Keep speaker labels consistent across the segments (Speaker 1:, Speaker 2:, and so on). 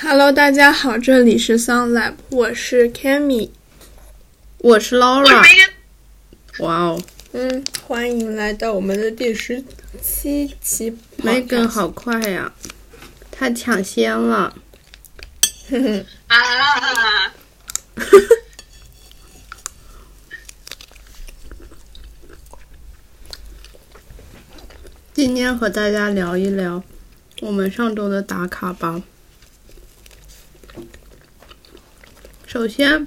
Speaker 1: Hello，大家好，这里是 Sound Lab，我是 Cammy。
Speaker 2: 我是
Speaker 3: 我是
Speaker 2: Laura，
Speaker 3: 梅根，
Speaker 2: 哇哦
Speaker 1: 嗯，欢迎来到我们的第十七期 podcast。
Speaker 2: ，Megan 好快呀，他抢先了。
Speaker 3: 啊，
Speaker 2: 今天和大家聊一聊我们上周的打卡吧。首先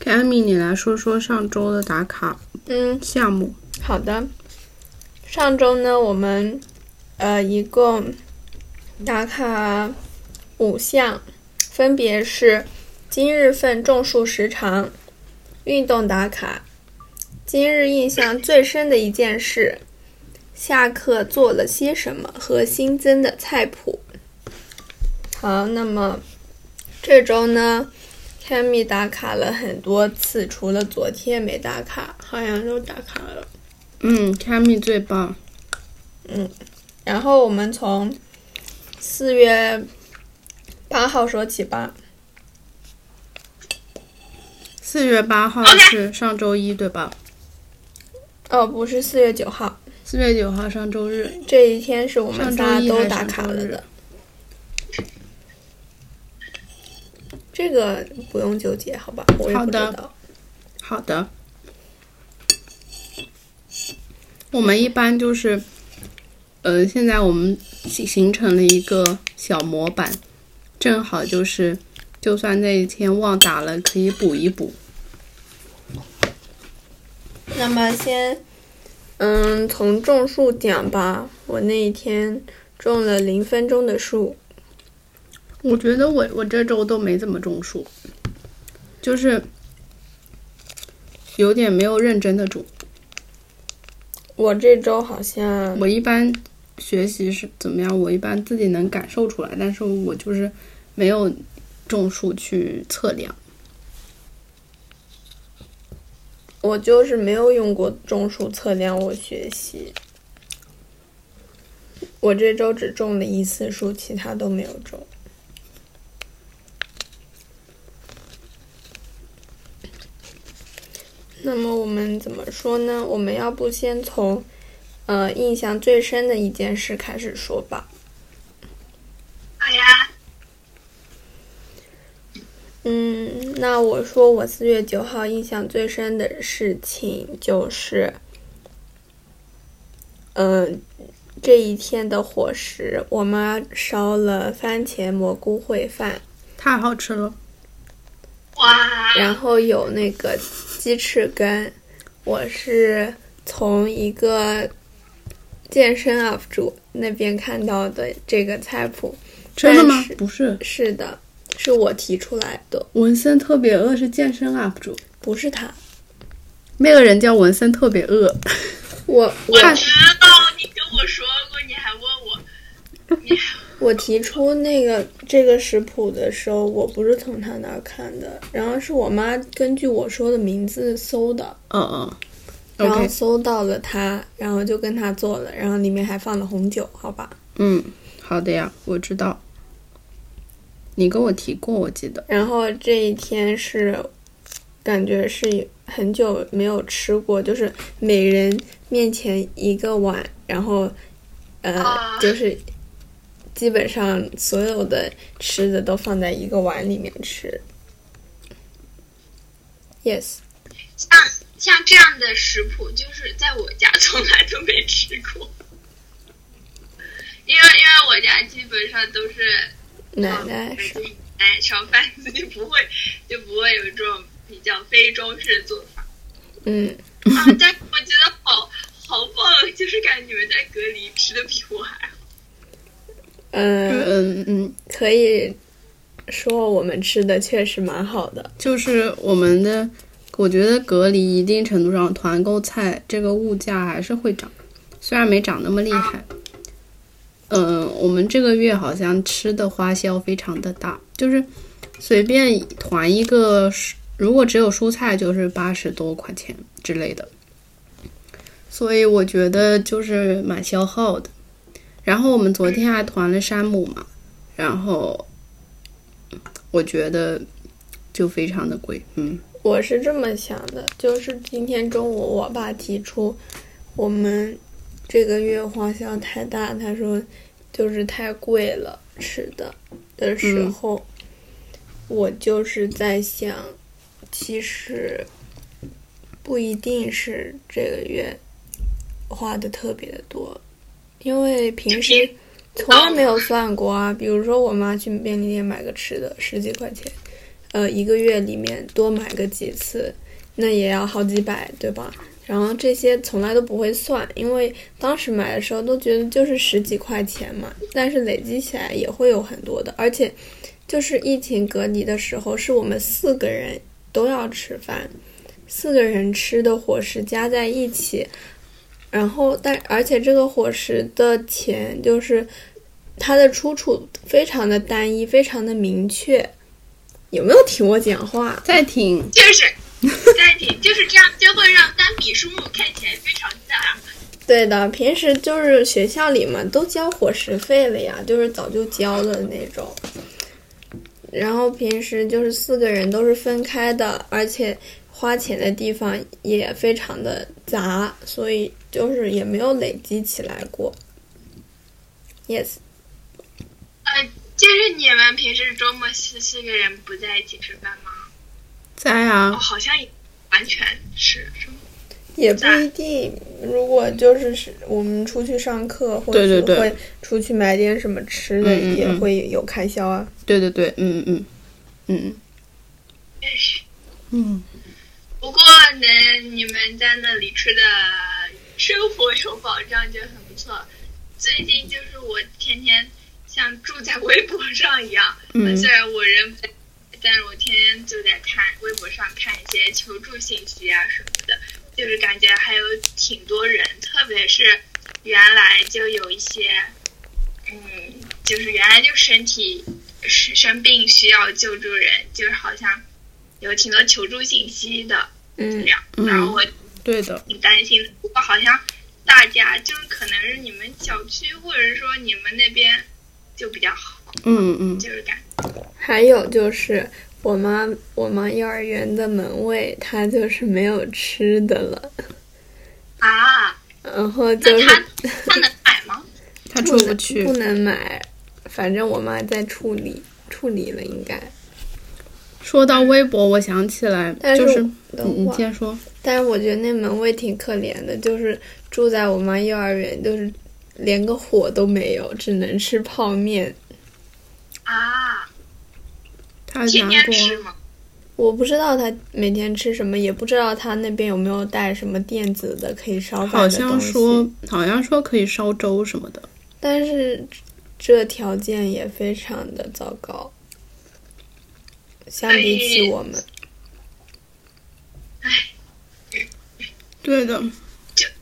Speaker 2: ，Cammy，你来说说上周的打卡
Speaker 1: 嗯，
Speaker 2: 项目。
Speaker 1: 好的。上周呢，我们呃一共打卡五项，分别是今日份种树时长、运动打卡、今日印象最深的一件事、下课做了些什么和新增的菜谱。好，那么这周呢 c a m i 打卡了很多次，除了昨天没打卡，好像都打卡了。
Speaker 2: 嗯，Cammy 最棒。
Speaker 1: 然后我们从四月八号说起吧。
Speaker 2: 四月八号是上周一对吧？
Speaker 1: 哦，不是四月九号，
Speaker 2: 四月九号上周日，
Speaker 1: 这一天是我们
Speaker 2: 上
Speaker 1: 仨
Speaker 2: 周一
Speaker 1: 都
Speaker 2: 还是
Speaker 1: 打
Speaker 2: 上
Speaker 1: 卡
Speaker 2: 周
Speaker 1: 了
Speaker 2: 日
Speaker 1: 的？。这个不用纠结，好吧？我也不
Speaker 2: 好
Speaker 1: 知
Speaker 2: 的
Speaker 1: 道。
Speaker 2: 好的，我们一般就是，呃，现在我们形形成了一个小模板，正好就是，就算那一天忘打了，可以补一补。
Speaker 1: 那么先，嗯，从种树讲吧。我那一天种了零分钟的树，
Speaker 2: 我觉得我我这周都没怎么种树，就是有点没有认真的种。
Speaker 1: 我这周好像
Speaker 2: 我一般学习是怎么样，我一般自己能感受出来，但是我就是没有种树去测量。
Speaker 1: 我就是没有用过种树测量我学习。我这周只种了一次树，其他都没有种。那么我们怎么说呢？我们要不先从，呃，印象最深的一件事开始说吧。
Speaker 3: 好呀，
Speaker 1: 嗯，那我说我四月九号印象最深的事情就是，嗯、这一天的伙食，我妈烧了番茄蘑菇烩饭，
Speaker 2: 太好吃了！
Speaker 3: 哇，
Speaker 1: 然后有那个鸡翅根。我是从一个健身 UP 主那边看到的这个菜谱，
Speaker 2: 真的吗
Speaker 1: 但是？
Speaker 2: 不是，
Speaker 1: 是的，是我提出来的，
Speaker 2: 文森特别饿是健身 UP 主，
Speaker 1: 不是他。
Speaker 2: 那个人叫文森特别饿。
Speaker 1: 我我
Speaker 3: 我知道你跟我说过，你还问我，你还
Speaker 1: 我提出那个这个食谱的时候，我不是从他那儿看的，然后是我妈根据我说的名字搜的，
Speaker 2: 嗯嗯
Speaker 1: 哦然后
Speaker 2: ，OK，
Speaker 1: 搜到了他，然后就跟他做了，然后里面还放了红酒，好吧？
Speaker 2: 嗯，好的呀，我知道。你跟我提过，我记得。
Speaker 1: 然后这一天是感觉是很久没有吃过，就是每人面前一个碗，然后呃
Speaker 3: 啊，
Speaker 1: 就是基本上所有的吃的都放在一个碗里面吃。Yes，
Speaker 3: 像像这样的食谱，就是在我家从来都没吃过，因为因为我家基本上都是
Speaker 1: 奶奶是
Speaker 3: 嗯奶奶烧饭，就不会就不会有这种比较非中式做法
Speaker 1: 嗯，
Speaker 3: 啊。但是我觉得好好棒，就是感觉你们在隔离吃的比我还好。
Speaker 1: 嗯，
Speaker 2: 嗯嗯，
Speaker 1: 可以说我们吃的确实蛮好的。
Speaker 2: 就是我们的，我觉得隔离一定程度上，团购菜这个物价还是会涨，虽然没涨那么厉害。嗯，我们这个月好像吃的花销非常的大，就是随便团一个蔬，如果只有蔬菜就是八十多块钱之类的，所以我觉得就是蛮消耗的。然后我们昨天还团了山姆嘛，然后我觉得就非常的贵，嗯，
Speaker 1: 我是这么想的，就是今天中午我爸提出，我们这个月花销太大，他说就是太贵了吃的的时候，我就是在想，其实不一定是这个月花的特别的多，因为平时从来没有算过啊。比如说我妈去便利店买个吃的，十几块钱。呃，一个月里面多买个几次，那也要好几百，对吧？然后这些从来都不会算，因为当时买的时候都觉得就是十几块钱嘛，但是累积起来也会有很多的。而且，就是疫情隔离的时候，是我们四个人都要吃饭，四个人吃的伙食加在一起，然后但而且这个伙食的钱就是它的出处非常的单一，非常的明确。有没有听我讲话？
Speaker 2: 再挺
Speaker 3: 就是，再挺就是这样，就会让单笔数目看起来非常大。
Speaker 1: 对的，平时就是学校里嘛，都交伙食费了呀，就是早就交的那种。然后平时就是四个人都是分开的，而且花钱的地方也非常的杂，所以就是也没有累积起来过。Yes，
Speaker 3: 呃，就是你们平时周末四四个人不在一起吃饭吗？
Speaker 2: 在
Speaker 3: 哦，
Speaker 2: 啊，
Speaker 3: 好像也完全是是吗？
Speaker 1: 也不一定。如果就是是我们出去上课，或者
Speaker 2: 对对
Speaker 1: 是
Speaker 2: 对
Speaker 1: 会出去买点什么吃的，
Speaker 2: 嗯嗯嗯
Speaker 1: 也会有开销啊。
Speaker 2: 对对对，嗯嗯嗯
Speaker 3: 但是
Speaker 2: 嗯
Speaker 3: 不过呢，你们在那里吃的生活有保障就很不错。最近就是我天天像住在微博上一样，
Speaker 2: 嗯
Speaker 3: 虽然我人不在，但是我天天就在看微博上看一些求助信息啊什么的，就是感觉还有挺多人，特别是原来就有一些，嗯，就是原来就身体生生病需要救助人，就是好像有挺多求助信息的。
Speaker 1: 嗯
Speaker 3: 这，样，
Speaker 2: 嗯
Speaker 3: 然后我
Speaker 2: 嗯，对的，
Speaker 3: 挺担心的。不过好像大家就是可能是你们小区或者说你们那边就比较好，
Speaker 2: 嗯嗯
Speaker 3: 就是感
Speaker 1: 还有就是我妈，我妈幼儿园的门卫，她就是没有吃的了，
Speaker 3: 啊，
Speaker 1: 然后就
Speaker 3: 那
Speaker 1: 是
Speaker 3: 他他能买吗？
Speaker 2: 他
Speaker 1: 不
Speaker 2: 出
Speaker 1: 能
Speaker 2: 不去
Speaker 1: 不，能买，反正我妈在处理，处理了应该。
Speaker 2: 说到微博，我想起来，
Speaker 1: 但
Speaker 2: 就是是你
Speaker 1: 等
Speaker 2: 你
Speaker 1: 会儿，
Speaker 2: 先说，
Speaker 1: 但是我觉得那门卫挺可怜的，就是住在我妈幼儿园，就是连个火都没有，只能吃泡面。
Speaker 3: 啊，
Speaker 2: 他
Speaker 3: 天
Speaker 2: 拿
Speaker 3: 天
Speaker 2: 过，
Speaker 3: 吃吗？
Speaker 1: 我不知道她每天吃什么，也不知道她那边有没有带什么电子的可以烧饭
Speaker 2: 好
Speaker 1: 的东西。
Speaker 2: 像说好像说可以烧粥什么的，
Speaker 1: 但是这条件也非常的糟糕，相比起我们，
Speaker 2: 对的，
Speaker 3: 就是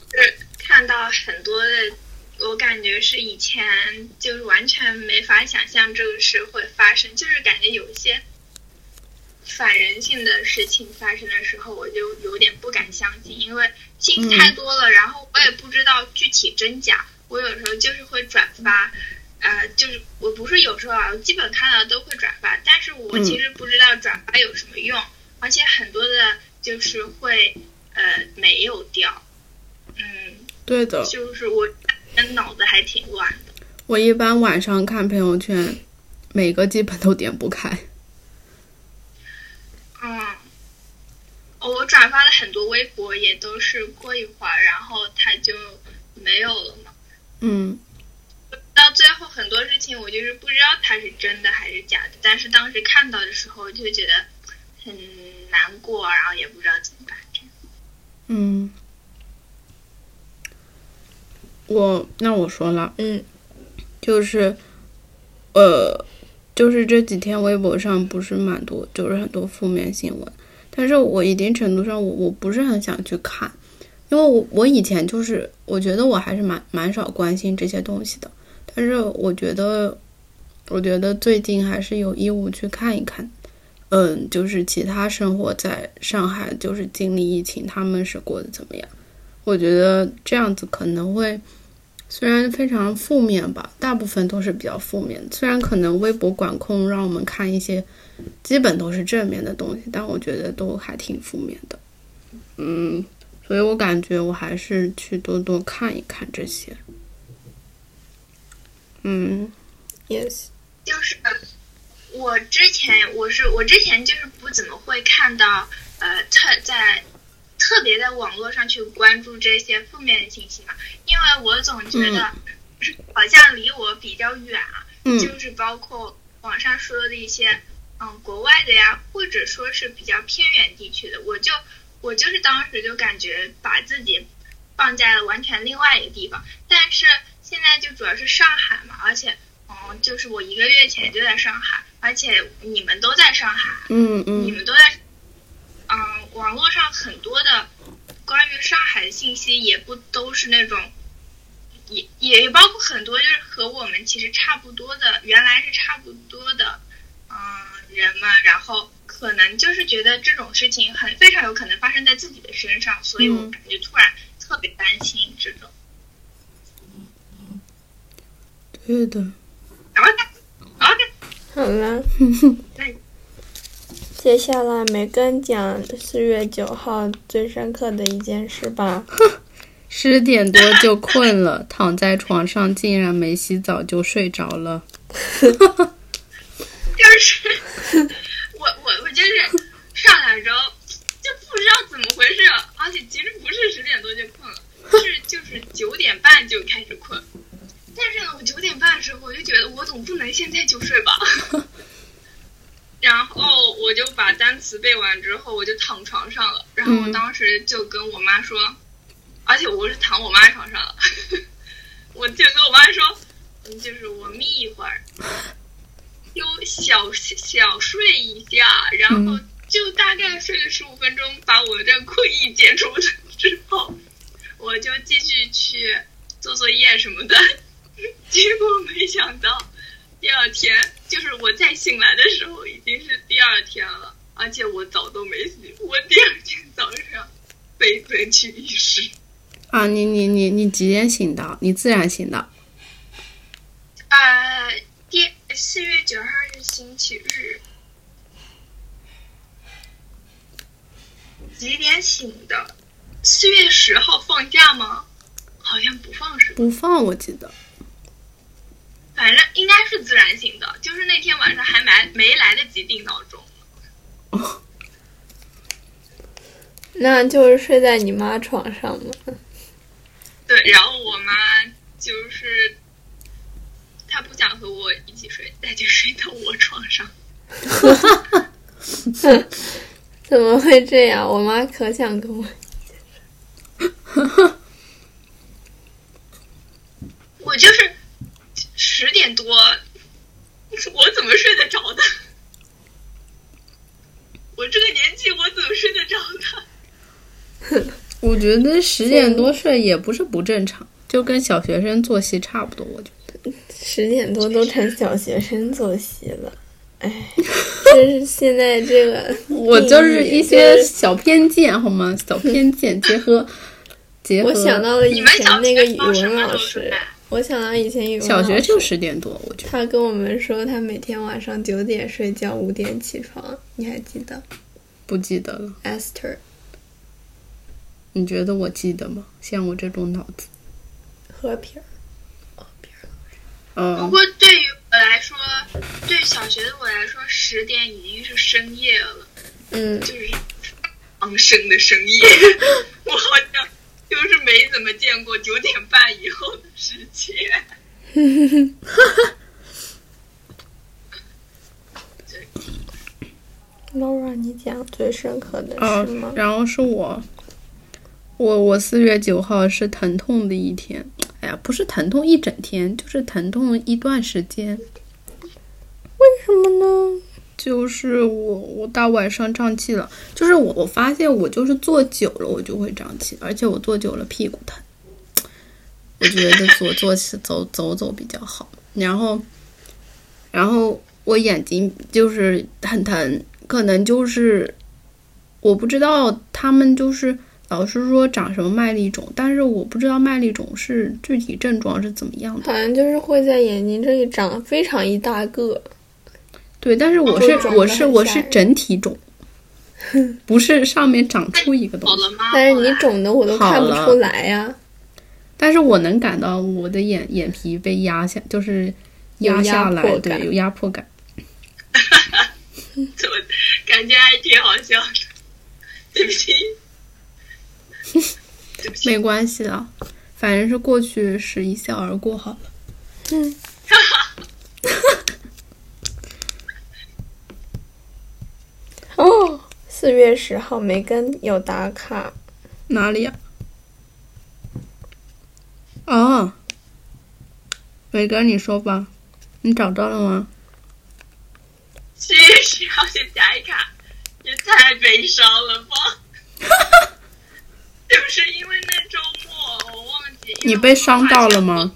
Speaker 3: 看到很多的，我感觉是以前就是完全没法想象这个事会发生，就是感觉有一些反人性的事情发生的时候，我就有点不敢相信，因为信息太多了，然后我也不知道具体真假，我有时候就是会转发。呃，就是我不是有时候啊，我基本看到都会转发，但是我
Speaker 2: 嗯
Speaker 3: 其实不知道转发有什么用，而且很多的就是会呃没有掉，嗯，
Speaker 2: 对的，
Speaker 3: 就是我脑子还挺乱的。
Speaker 2: 我一般晚上看朋友圈，每个基本都点不开。
Speaker 3: 嗯，哦我转发了很多微博，也都是过一会儿，然后它就没有了嘛。
Speaker 2: 嗯，
Speaker 3: 到最后很多事情我就是不知道它是真的还是假的，但是当时看到的时候就觉得很难过，然后也不知道怎么办。这样
Speaker 2: 嗯，我那我说了，
Speaker 1: 嗯，
Speaker 2: 就是，呃，就是这几天微博上不是蛮多，就是很多负面新闻，但是我一定程度上我我不是很想去看，因为我我以前就是我觉得我还是蛮蛮少关心这些东西的，但是我觉得，我觉得最近还是有义务去看一看。嗯，就是其他生活在上海，就是经历疫情，他们是过得怎么样？我觉得这样子可能会虽然非常负面吧，大部分都是比较负面。虽然可能微博管控让我们看一些基本都是正面的东西，但我觉得都还挺负面的。嗯，所以我感觉我还是去多多看一看这些。嗯，
Speaker 1: ，yes，
Speaker 3: 就是我之前我是我之前就是不怎么会看到呃特在特别在网络上去关注这些负面的信息嘛，因为我总觉得好像离我比较远啊，
Speaker 2: 嗯
Speaker 3: 就是包括网上说的一些嗯国外的呀，或者说是比较偏远地区的，我就我就是当时就感觉把自己放在了完全另外一个地方，但是现在就主要是上海嘛，而且。嗯，就是我一个月前就在上海，而且你们都在上海，
Speaker 2: 嗯
Speaker 3: 你
Speaker 2: 嗯
Speaker 3: 们都在，嗯、网络上很多的关于上海的信息也不都是那种，也也包括很多就是和我们其实差不多的，原来是差不多的，嗯、人们，然后可能就是觉得这种事情很非常有可能发生在自己的身上，所以我
Speaker 2: 嗯
Speaker 3: 感觉突然特别担心这种。
Speaker 2: 对的。
Speaker 3: 然后他，然后他，
Speaker 1: 好了，
Speaker 3: 那你
Speaker 1: 接下来梅根讲四月九号最深刻的一件事吧。
Speaker 2: 十点多就困了，躺在床上竟然没洗澡就睡着了。
Speaker 3: 就是 我我我就是上两周就不知道怎么回事，啊而且其实不是十点多就困了，是就是九点半就开始困。但是呢，我九点半的时候我就觉得我总不能现在就睡吧，然后我就把单词背完之后我就躺床上了，然后我
Speaker 2: 嗯
Speaker 3: 当时就跟我妈说，而且我是躺我妈床上了，我就跟我妈说，嗯就是我眯一会儿，就小小睡一下，然后
Speaker 2: 嗯
Speaker 3: 就大概睡了十五分钟，把我这困意解除了 之后，我就继续去做作业什么的。 结果没想到，第二天就是我再醒来的时候已经是第二天了，而且我澡都没洗，我第二天早上被追去浴室。
Speaker 2: 啊，你你你你几点醒的？你自然醒的。
Speaker 3: 呃，第四月九号是星期日，几点醒的？四月十号放假吗？好像不放是吧？
Speaker 2: 不放，我记得。
Speaker 3: 反正应该是自然醒的，就是那天晚上还没没来得及定闹钟。
Speaker 2: 哦
Speaker 1: 那就是睡在你妈床上嘛。
Speaker 3: 对，然后我妈就是她不想和我一起睡，她就睡到我床上。
Speaker 1: 怎么会这样？我妈可想跟我，
Speaker 3: 我就是十点多，我怎么睡得着的？我这个年纪，我怎么睡得着的？
Speaker 2: 我觉得十点多睡也不是不正常，就跟小学生作息差不多。我觉
Speaker 1: 十点多都成 小学生作息了。哎，就是现在这个
Speaker 2: 得， 我就是一些
Speaker 1: 就是
Speaker 2: 小偏见，好吗？小偏见 结合结合。
Speaker 1: 我想到了以
Speaker 3: 你们小
Speaker 1: 前那
Speaker 3: 学
Speaker 1: 个语
Speaker 3: 都什
Speaker 1: 文
Speaker 3: 么
Speaker 1: 老
Speaker 3: 时候睡
Speaker 1: 师
Speaker 3: 啊，
Speaker 1: 我想到以前语文
Speaker 2: 小
Speaker 1: 老
Speaker 2: 学
Speaker 1: 师
Speaker 2: 就十点多，我觉得
Speaker 1: 他跟我们说他每天晚上九点睡觉，五点起床，你还记得
Speaker 2: 不记得了。
Speaker 1: ？Esther，
Speaker 2: 你觉得我记得吗？像我这种脑子，
Speaker 1: 喝瓶儿，哦
Speaker 2: 嗯、
Speaker 3: 不过对于我来说，对小学的我来说，十点已经是深夜了，
Speaker 1: 嗯，
Speaker 3: 就是昂生的深夜。 我好像就是没怎么见过九点半以后的世界。
Speaker 1: Laura，你讲最深刻的
Speaker 2: 哦
Speaker 1: 事吗，？
Speaker 2: 然后是我，我我四月九号是疼痛的一天，哎呀，不是疼痛一整天，就是疼痛一段时间。
Speaker 1: 为什么呢？
Speaker 2: 就是我我大晚上胀气了，就是我我发现我就是坐久了我就会胀气，而且我坐久了屁股疼。我觉得坐坐起走走走比较好。然后，然后我眼睛就是很疼，可能就是我不知道他们就是老师说长什么麦粒肿，但是我不知道麦粒肿是具体症状是怎么样的。
Speaker 1: 好像就是会在眼睛这里长非常一大个，
Speaker 2: 对，但是我
Speaker 1: 就是是长
Speaker 2: 我
Speaker 1: 得
Speaker 2: 是
Speaker 1: 很
Speaker 2: 我
Speaker 1: 吓
Speaker 2: 是
Speaker 1: 人
Speaker 2: 整体 肿，不是上面长出一个东
Speaker 3: 好
Speaker 2: 西。
Speaker 3: 了吗？
Speaker 1: 但是你肿的我都看不
Speaker 2: 好了
Speaker 1: 出来呀、
Speaker 2: 但是我能感到我的眼眼皮被压下，就是压
Speaker 1: 有
Speaker 2: 下
Speaker 1: 压
Speaker 2: 来，
Speaker 1: 迫
Speaker 2: 对，
Speaker 1: 感
Speaker 2: 有压迫感。
Speaker 3: 怎么感觉还挺好笑的？对不起，对不起，
Speaker 2: 没关系的，反正是过去时一笑而过好了。
Speaker 1: 嗯，哦， 四月十号梅根有打卡，
Speaker 2: 哪里呀、啊？哦，伟哥，你说吧，你找到了吗？
Speaker 3: 七月十号去打卡，也太悲伤了吧！就是因为那周末我忘记，因为
Speaker 2: 你被伤到了吗？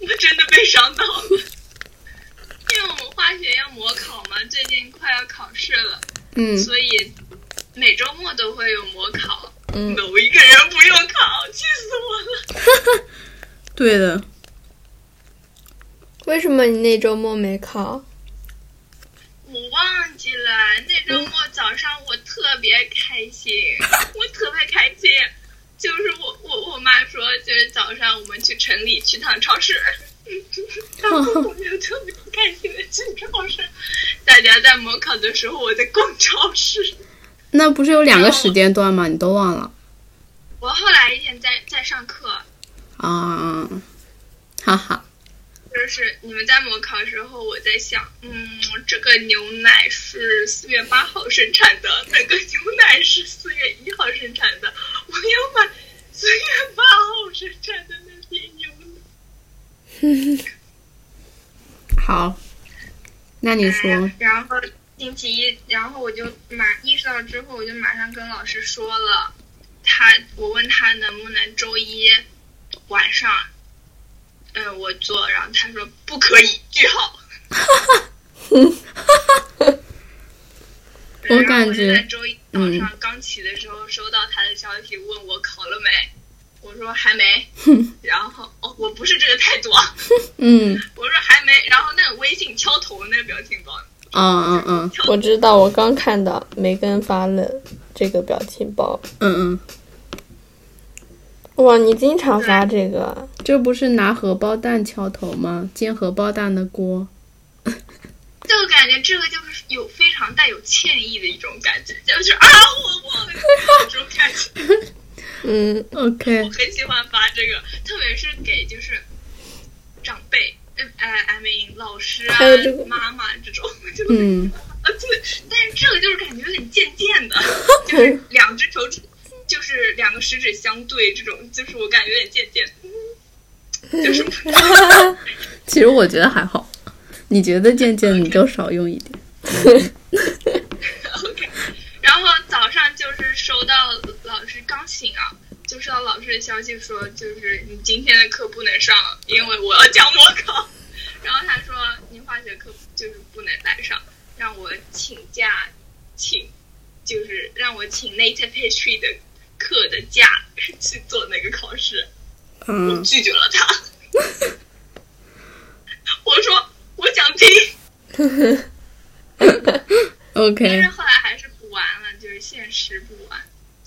Speaker 3: 我真的被伤到了，因为我们化学要模考嘛，最近快要考试了，
Speaker 1: 啊
Speaker 2: 嗯，
Speaker 3: 所以每周末都会有模考。
Speaker 1: 嗯
Speaker 3: 某一个人不用考，气死我了！
Speaker 2: 对的，
Speaker 1: 为什么你那周末没考？
Speaker 3: 我忘记了，那周末早上我特别开心，我特别开心。就是我我我妈说，就是早上我们去城里去趟超市， 然后我就特别开心的去超市。大家在模考的时候，我在逛超市。
Speaker 2: 那不是有两个时间段吗？你都忘了
Speaker 3: 我后来一天在在上课，
Speaker 2: 啊？哈哈，
Speaker 3: 就是你们在模考的时候，我在想，嗯，这个牛奶是四月八号生产的，那个牛奶是四月一号生产的，我要买四月八号生产的那瓶牛奶。
Speaker 2: 好，那你说，
Speaker 3: 然后星期一，然后我就马意识到之后，我就马上跟老师说了，他我问他能不能周一晚上，嗯，我做，然后他说不可以，句号。
Speaker 2: 我
Speaker 3: 然后
Speaker 2: 感
Speaker 3: 就
Speaker 2: 觉嗯
Speaker 3: 在周一早上刚起的时候收到他的消息，问我考了没，我说 还没，然后哦，我不是这个态度啊，
Speaker 2: 嗯，
Speaker 3: 我说还没，然后那个微信敲头那个表情包，
Speaker 2: 啊嗯嗯
Speaker 1: 我知道，我刚看到梅根发了这个表情包。
Speaker 2: 嗯
Speaker 1: 哇，你经常发这个啊？
Speaker 2: 嗯，这不是拿荷包蛋敲头吗？煎荷包蛋的锅。
Speaker 3: 就感觉这个就是有非常带有歉意的一种感觉，就是啊，我忘了这种感觉。
Speaker 1: 嗯，
Speaker 2: OK，
Speaker 3: 我很喜欢发这个，特别是给就是长辈，呃呃，I mean 老师啊
Speaker 1: 还有这个、
Speaker 3: 妈妈这种，就
Speaker 2: 嗯，
Speaker 3: 啊对，但是这个就是感觉很贱贱的，就是两只手指，就是两个食指相对这种，就是我感觉有点贱贱，就是
Speaker 2: 其实我觉得还好，你觉得渐渐你就少用一点。
Speaker 3: OK，然后早上就是收到老师刚醒啊，就收到老师的消息说，就是你今天的课不能上，因为我要讲模考。然后他说你化学课就是不能来上，让我请假，请就是让我请 native history 的课的假去做那个考试。我
Speaker 2: 嗯，
Speaker 3: 拒绝了他，我说我想听。但
Speaker 2: OK，
Speaker 3: 是后来还是补完了，就是限时补完。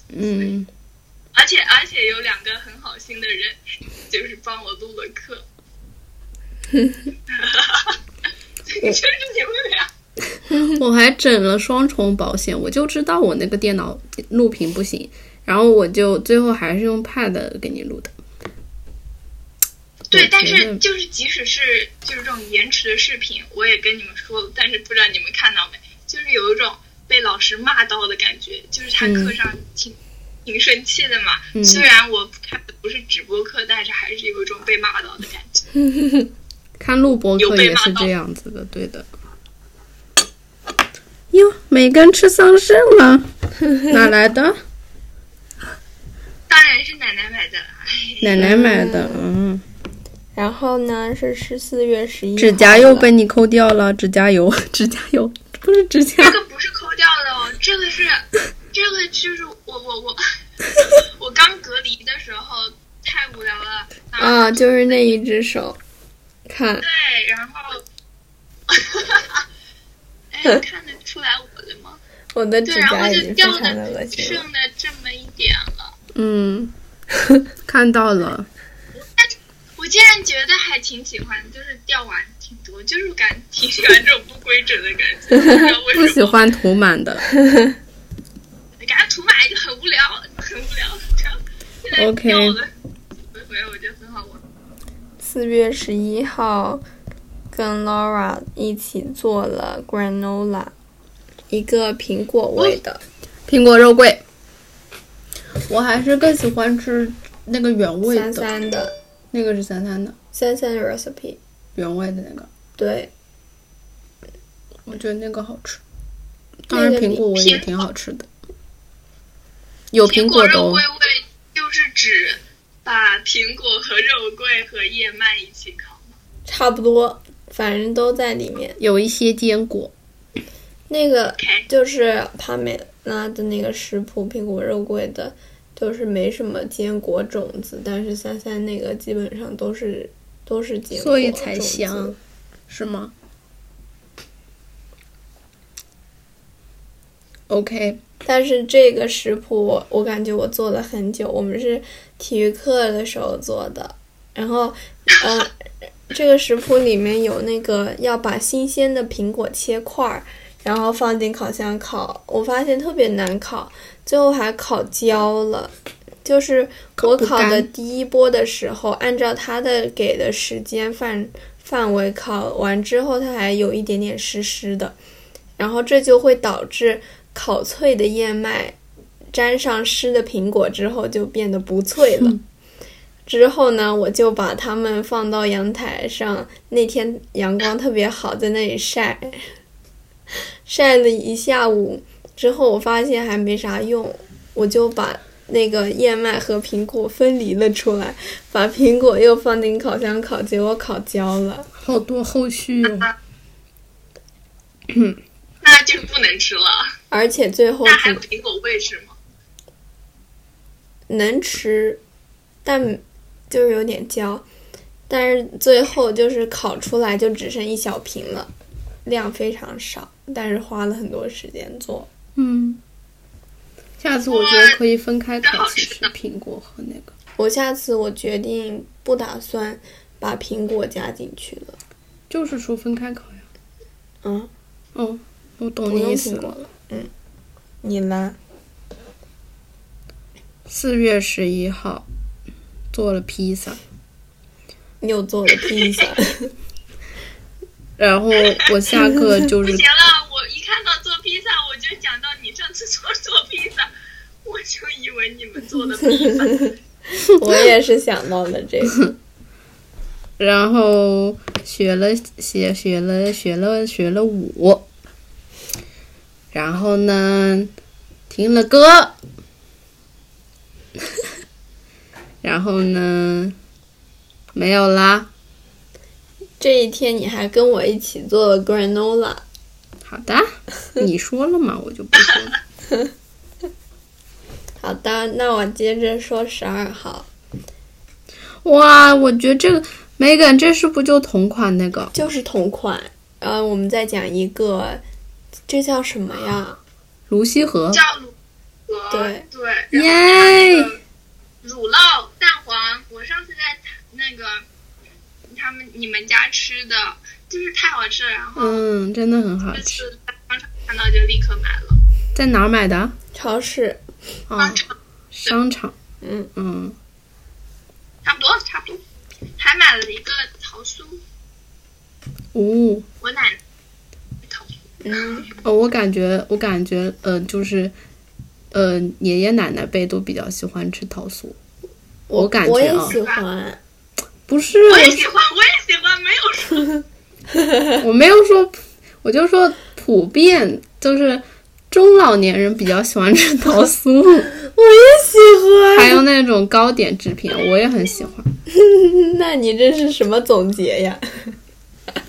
Speaker 2: 嗯，
Speaker 3: 而且而且有两个很好心的人，就是帮我录了课。
Speaker 2: 嗯
Speaker 3: 就是你们俩，
Speaker 2: 我还整了双重保险，我就知道我那个电脑录屏不行，然后我就最后还是用 Pad 给你录的。
Speaker 3: 对，
Speaker 2: 我
Speaker 3: 但
Speaker 2: 觉
Speaker 3: 是
Speaker 2: 得
Speaker 3: 就是即使是就是这种延迟的视频，我也跟你们说了，但是不知道你们看到没，就是有一种被老师骂到的感觉，就是他
Speaker 2: 嗯
Speaker 3: 课上挺、挺生气的嘛。
Speaker 2: 嗯
Speaker 3: 虽然我看的不是直播课，但是还是有一种被骂到的感觉。
Speaker 2: 看录播
Speaker 3: 有
Speaker 2: 课
Speaker 3: 被
Speaker 2: 也
Speaker 3: 骂
Speaker 2: 是
Speaker 3: 到
Speaker 2: 这样子的，对的。哟，梅根吃桑葚了，哪来的？
Speaker 3: 当然是奶奶买的，哎，
Speaker 2: 奶奶买的。嗯，
Speaker 1: 然后呢是十四月十一，
Speaker 2: 指甲又被你抠掉了，指甲油， 指甲油不是指甲
Speaker 3: 这个不是抠掉的哦，这个是，这个就是我我我， 我刚隔离的时候太无聊了，然后
Speaker 1: 啊，就是那一只手，看
Speaker 3: 对，然后， 哎，看得出来我的吗？
Speaker 1: 我的指
Speaker 3: 对，然
Speaker 1: 甲已
Speaker 3: 后就
Speaker 1: 经非
Speaker 3: 掉
Speaker 1: 常的恶
Speaker 3: 的
Speaker 1: 心了。
Speaker 3: 剩的这么一点了。
Speaker 1: 嗯，
Speaker 2: 看到了，
Speaker 3: 我竟然觉得还挺喜欢，就是掉完挺多，就是感挺喜欢这种不规整的感觉，不知道为什
Speaker 2: 不
Speaker 3: 么。
Speaker 2: 喜欢涂满的。
Speaker 3: 感觉涂满就很无聊，很无聊。然后现在
Speaker 2: OK
Speaker 3: 掉了回回我觉得很好玩。
Speaker 1: 四月十一号，跟 Laura 一起做了 granola，一个苹果味的。
Speaker 2: 苹果肉桂，我还是更喜欢吃那个原哦味
Speaker 1: 三
Speaker 2: 的，
Speaker 1: 三的
Speaker 2: 那个是三三的
Speaker 1: 三三 recipe，
Speaker 2: 原味的那个，
Speaker 1: 对，
Speaker 2: 我觉得那个好吃。当然，
Speaker 1: 那个
Speaker 2: 苹
Speaker 1: 比
Speaker 2: 果味也挺好吃的，有苹果的
Speaker 3: 肉
Speaker 2: 哦
Speaker 3: 桂。味就是指把苹果和肉桂和燕麦一起烤。
Speaker 1: 差不多，反正都在里面。
Speaker 2: 有一些坚果，
Speaker 1: 那个
Speaker 3: OK，
Speaker 1: 就是帕梅拉的那个食谱，苹果肉桂的，就是没什么坚果种子，但是三三那个基本上都是都是坚果，
Speaker 2: 所以才香。，是吗？OK，
Speaker 1: 但是这个食谱我我感觉我做了很久，我们是体育课的时候做的，然后，呃，这个食谱里面有那个要把新鲜的苹果切块儿，然后放进烤箱烤，我发现特别难烤，最后还烤焦了。就是我
Speaker 2: 不
Speaker 1: 烤的
Speaker 2: 干
Speaker 1: 第一波的时候，按照它的给的时间范范围烤完之后，它还有一点点湿湿的，然后这就会导致烤脆的燕麦沾上湿的苹果之后就变得不脆了。之后呢，我就把它们放到阳台上，那天阳光特别好，在那里晒，晒了一下午之后，我发现还没啥用，我就把那个燕麦和苹果分离了出来，把苹果又放进烤箱烤，结果烤焦了。
Speaker 2: 好多后续哦。
Speaker 3: 那就不能吃了。
Speaker 1: 而且最后
Speaker 3: 那还
Speaker 1: 只
Speaker 3: 有苹果味是吗？
Speaker 1: 能吃，但就是有点焦。但是最后就是烤出来就只剩一小瓶了，量非常少，但是花了很多时间做。
Speaker 2: 嗯，下次我觉得可以分开烤，其实苹果和那个。
Speaker 1: 我下次我决定不打算把苹果加进去了。
Speaker 2: 就是说分开烤呀。
Speaker 1: 嗯，
Speaker 2: 嗯，我懂
Speaker 1: 不
Speaker 2: 你
Speaker 1: 用
Speaker 2: 意
Speaker 1: 苹
Speaker 2: 思
Speaker 1: 果
Speaker 2: 了。
Speaker 1: 了。嗯，你呢？
Speaker 2: 四月十一号做了披萨，
Speaker 1: 你又做了披 萨，
Speaker 2: 然后我下课就
Speaker 3: 不
Speaker 2: 是
Speaker 3: 行了，我一看到做披萨，我就想到你上次说做披萨， 我就以为你们做的披萨。
Speaker 1: 我也是想到了这个。
Speaker 2: 然后学了学学了学了学了舞，然后呢听了歌， 然后呢没有啦。
Speaker 1: 这一天你还跟我一起做了 granola，
Speaker 2: 好 的，你说了嘛，我就不说了。
Speaker 1: 好的，那我接着说十二号，
Speaker 2: 哇，我觉得这个 Megan 这是不就同款那个？
Speaker 1: 就是同款。呃，我们再讲一个，这叫什么呀？
Speaker 2: 卢溪河
Speaker 3: 叫卤鹅，
Speaker 1: 对
Speaker 3: 对，然后
Speaker 2: 耶
Speaker 3: 那个乳酪蛋黄，我上次在那个他们你们家吃的，就是太好吃了，然后
Speaker 2: 嗯，真的很好
Speaker 3: 这
Speaker 2: 吃，
Speaker 3: 次在商场看到就立刻买了。
Speaker 2: 在哪儿买的？
Speaker 1: 超市，
Speaker 2: 啊
Speaker 3: 商，场
Speaker 2: 商场。
Speaker 1: 嗯，
Speaker 2: 嗯，
Speaker 3: 差不多差不多，还买了一个桃酥，
Speaker 2: 哦，
Speaker 3: 我奶奶桃酥，
Speaker 1: 嗯，
Speaker 2: 哦，我感觉，我感觉，呃，就是，呃，爷爷奶奶辈都比较喜欢吃桃酥。我感
Speaker 1: 我
Speaker 2: 觉
Speaker 1: 也
Speaker 2: 啊，
Speaker 1: 喜欢，
Speaker 2: 不是，
Speaker 3: 我也喜欢，我也喜欢，没有说
Speaker 2: 我没有说，我就说普遍就是中老年人比较喜欢吃桃酥。
Speaker 1: 我也喜欢。
Speaker 2: 还有那种糕点制品，我也很喜欢。
Speaker 1: 那你这是什么总结呀？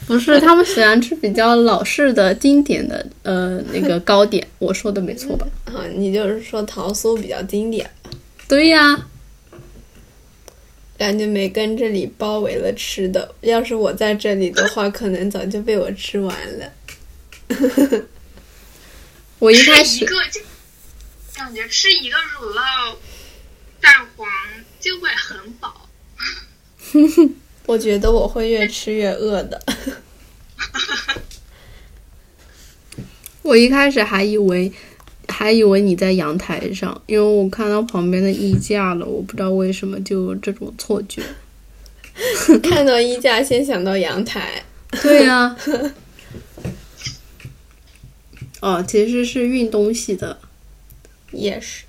Speaker 2: 不是，他们喜欢吃比较老式的、经典的呃那个糕点，我说的没错吧？
Speaker 1: 啊，你就是说桃酥比较经典，
Speaker 2: 对呀、
Speaker 1: 感觉梅根这里包围了吃的，要是我在这里的话，可能早就被我吃完了。
Speaker 2: 我一开
Speaker 3: 吃
Speaker 2: 始
Speaker 3: 一个就感觉吃一个乳酪蛋黄就会很饱，
Speaker 1: 我觉得我会越吃越饿的。
Speaker 2: 我一开始还以为还以为你在阳台上，因为我看到旁边的衣架了，我不知道为什么就有这种错 觉。
Speaker 1: 看到衣架，先想到阳台。
Speaker 2: 对呀、哦，其实是运东西的，
Speaker 1: 也是，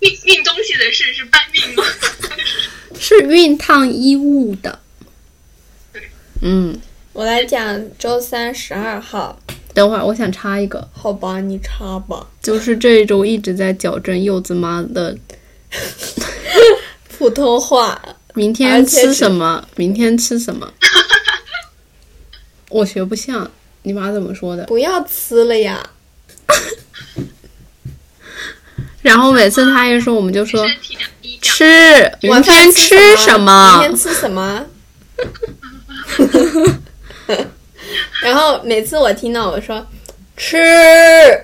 Speaker 3: 运运东西的事是搬运 吗？
Speaker 2: 是熨烫衣物的。嗯，
Speaker 1: 我来讲周三十二号，
Speaker 2: 等会儿我想插一个，
Speaker 1: 好吧，你插吧。
Speaker 2: 就是这周一直在矫正柚子妈的，
Speaker 1: 普通话，
Speaker 2: 明
Speaker 1: 而
Speaker 2: 天
Speaker 1: 且
Speaker 2: 吃
Speaker 1: 是
Speaker 2: 什么？明天吃什么？ 我学不像，你妈怎么说的？
Speaker 1: 不要呲了呀。
Speaker 2: 然后每次她一说，我们就说
Speaker 3: 身体两一讲
Speaker 2: 吃，明
Speaker 1: 晚
Speaker 2: 天
Speaker 1: 饭
Speaker 2: 吃什么
Speaker 1: 明？天吃什么？ 然后每次我听到我说吃，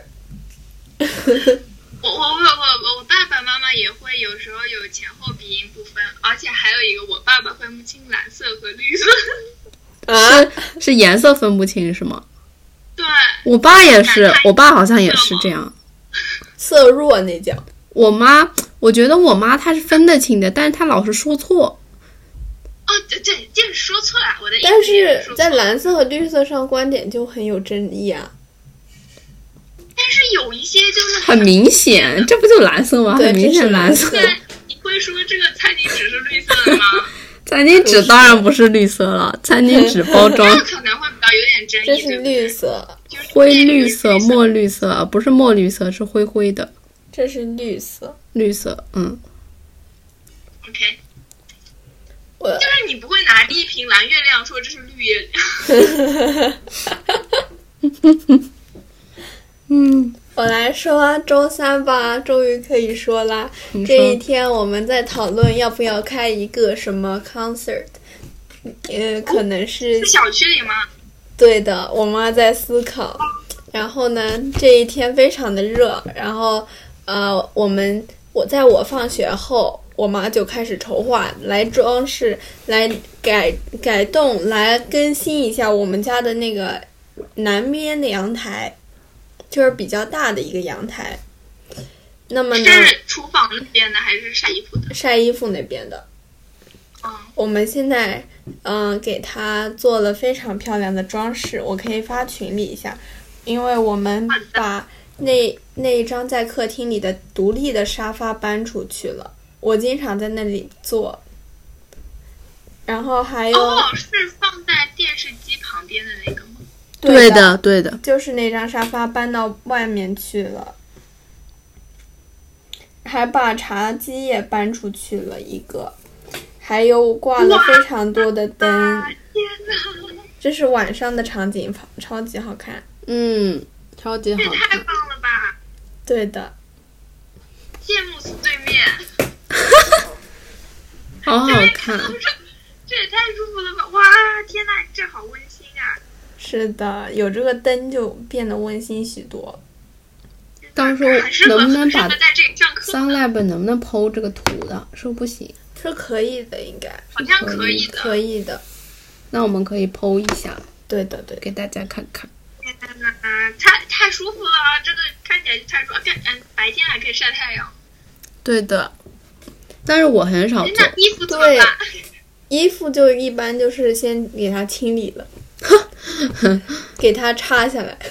Speaker 3: 我我我我我爸爸妈妈也会有时候有前后鼻音不分，而且还有一个我爸爸分不清蓝色和绿色。
Speaker 1: 啊，
Speaker 2: 是是颜色分不清是吗？
Speaker 3: 对，
Speaker 2: 我爸也是，我爸好像也是这样。
Speaker 1: 色弱那叫。
Speaker 2: 我妈，我觉得我妈她是分得清的，但是她老是说错。
Speaker 3: 哦对对，就是说错了，我的意思
Speaker 1: 但
Speaker 3: 也
Speaker 1: 是
Speaker 3: 说错
Speaker 1: 在
Speaker 3: 了
Speaker 1: 蓝色和绿色上观点就很有争议啊。
Speaker 3: 但是有一些就是
Speaker 2: 很明显，这不就蓝色吗？
Speaker 1: 对
Speaker 2: 很明显蓝色
Speaker 1: 这。
Speaker 3: 对，你会说这个餐巾纸是绿色的吗？
Speaker 2: 餐巾纸当然不是绿色了，餐巾纸 包装
Speaker 3: 这可能会比较有点争
Speaker 1: 这
Speaker 3: 议，对
Speaker 1: 是
Speaker 3: 不
Speaker 1: 绿
Speaker 3: 对？
Speaker 1: 色，
Speaker 3: 就是
Speaker 2: 灰
Speaker 3: 面
Speaker 2: 嗯绿
Speaker 3: 色、
Speaker 2: 色、墨绿色，不是墨绿色，是灰灰的
Speaker 1: 这是绿色。
Speaker 2: 绿色。嗯，
Speaker 3: OK，
Speaker 1: 我
Speaker 3: 就是你不会拿着一瓶蓝月亮说这是绿月亮。
Speaker 2: 嗯
Speaker 1: 我来说啊周三吧，终于可以说啦。
Speaker 2: 你
Speaker 1: 这一
Speaker 2: 说
Speaker 1: 天我们在讨论要不要开一个什么 concert，呃，可能是
Speaker 3: 是小区里吗？
Speaker 1: 对的，我妈在思考。然后呢，这一天非常的热，然后呃，我们我在我放学后，我妈就开始筹划来装饰、来改改动、来更新一下我们家的那个南边的阳台，就是比较大的一个阳台。那么呢，
Speaker 3: 是厨房那边的还是晒衣服的？
Speaker 1: 晒衣服那边的，
Speaker 3: 嗯，
Speaker 1: 我们现在嗯、呃给它做了非常漂亮的装饰，我可以发群里一下，因为我们把那那一张在客厅里的独立的沙发搬出去了，我经常在那里坐。然后还有、
Speaker 3: 哦，是放在电视机旁边的那个吗？
Speaker 1: 对的，
Speaker 2: 的，对的。
Speaker 1: 就是那张沙发搬到外面去了，还把茶几也搬出去了一个，还有挂了非常多的灯
Speaker 3: 啊。天哪，
Speaker 1: 这是晚上的场景，超超级好看。
Speaker 2: 嗯，超级
Speaker 3: 这
Speaker 2: 好
Speaker 3: 太
Speaker 2: 看。
Speaker 3: 棒了吧！
Speaker 1: 对的，
Speaker 3: 羡慕死对面，
Speaker 2: 好好看。
Speaker 3: 这也太舒服了吧！哇，天哪，这好温馨啊！
Speaker 1: 是的，有这个灯就变得温馨许多。
Speaker 2: 到时候
Speaker 3: 很适合
Speaker 2: 能不能
Speaker 3: 很适
Speaker 2: 把
Speaker 3: 合在这里上课？
Speaker 2: Sunlab 能不能剖这个图的？是不是不行？
Speaker 1: 是可以的，应该
Speaker 3: 好像可以的。
Speaker 1: 可以的。
Speaker 2: 那我们可以剖一下
Speaker 1: 对的，对的。
Speaker 2: 给大家看看。
Speaker 3: 天呐，太太舒服了，真的看起来就太舒服。变嗯，白天还可以晒太阳。
Speaker 2: 对的，但是我很少
Speaker 3: 哎，
Speaker 2: 做
Speaker 3: 那。衣服怎么办？
Speaker 1: 衣服就一般就是先给它清理了， 给它插下 来，插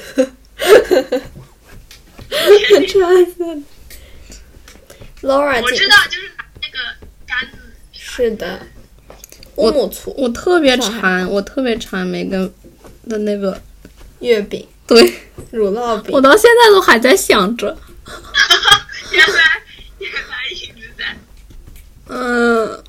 Speaker 1: 下来。Laura
Speaker 3: 我
Speaker 1: 姐
Speaker 3: 知道，就是拿那个杆子。
Speaker 1: 是的，乌
Speaker 2: 我
Speaker 1: 木醋
Speaker 2: 我特别
Speaker 1: 上海
Speaker 2: 馋，我特别馋梅根的那个，
Speaker 1: 月饼、
Speaker 2: 对
Speaker 1: 乳酪饼
Speaker 2: 我，到现在都还在想着。
Speaker 3: 原来原来一直在。
Speaker 2: 嗯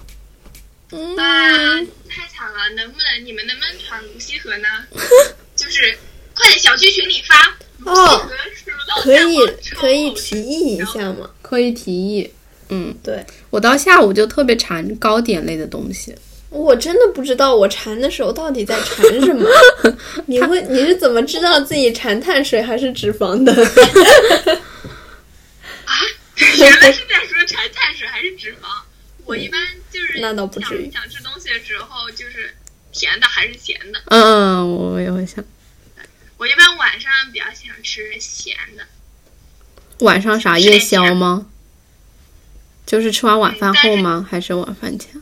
Speaker 2: 嗯，
Speaker 3: 啊，太惨了！能不能你们能不能传无锡河呢？ 就是快点，小区群里发。
Speaker 1: 哦
Speaker 3: 无锡河是不是到
Speaker 1: 可以
Speaker 3: 蛋黄超
Speaker 1: 可以
Speaker 3: 好吃
Speaker 1: 提议一下吗？
Speaker 2: 可以提议。嗯，
Speaker 1: 对
Speaker 2: 我到下午就特别馋糕点类的东西，
Speaker 1: 我真的不知道我馋的时候到底在馋什 么。你会你是怎么知道自己馋碳水还是脂肪 的？
Speaker 3: 啊，原来是在说馋碳水还是脂肪。我一般就是
Speaker 1: 那倒不至于
Speaker 3: 想想吃东西的时候，就是甜的还是咸的。
Speaker 2: 嗯，我也会想
Speaker 3: 我一般晚上比较喜欢吃咸的，
Speaker 2: 晚上啥夜宵吗？就是吃完晚
Speaker 3: 嗯
Speaker 2: 饭后吗？还是晚饭前？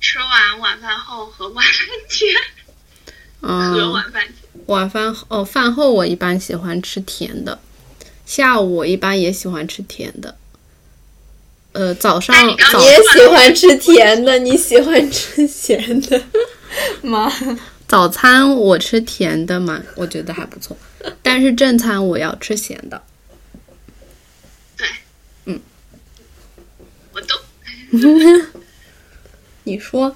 Speaker 3: 吃完晚饭后和晚饭前，和
Speaker 2: 嗯，
Speaker 3: 晚饭前。
Speaker 2: 晚饭后哦，饭后我一般喜欢吃甜的，下午我一般也喜欢吃甜的。呃，早上
Speaker 3: 那你刚
Speaker 2: 早
Speaker 1: 你也喜欢吃甜的，你喜欢吃咸的 吗？
Speaker 2: 早餐我吃甜的嘛，我觉得还不错，但是正餐我要吃咸的。
Speaker 3: 对，
Speaker 2: 嗯，
Speaker 3: 我都
Speaker 2: 你说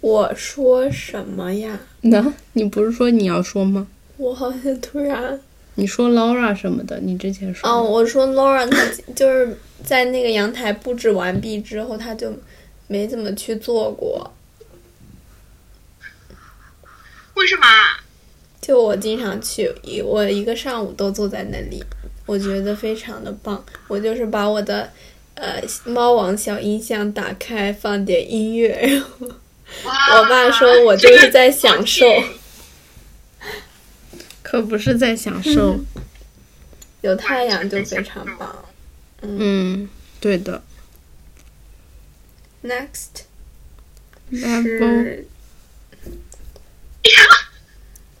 Speaker 1: 我说什么呀？
Speaker 2: 呢？你不是说你要说吗？
Speaker 1: 我好像突然
Speaker 2: 你说 Laura 什么的，你之前说。
Speaker 1: 哦，我说 Lauren 她就是在那个阳台布置完毕之后，她就没怎么去做过。
Speaker 3: 为什么啊？
Speaker 1: 就我经常去，一我一个上午都坐在那里，我觉得非常的棒。我就是把我的呃猫王小音箱打开，放点音乐，然后
Speaker 3: 哇
Speaker 1: 我爸说我就是在享受。
Speaker 2: 可不是在享受。
Speaker 1: 有太阳就非常棒。
Speaker 2: 嗯，对的。
Speaker 1: Next
Speaker 2: 是
Speaker 1: 是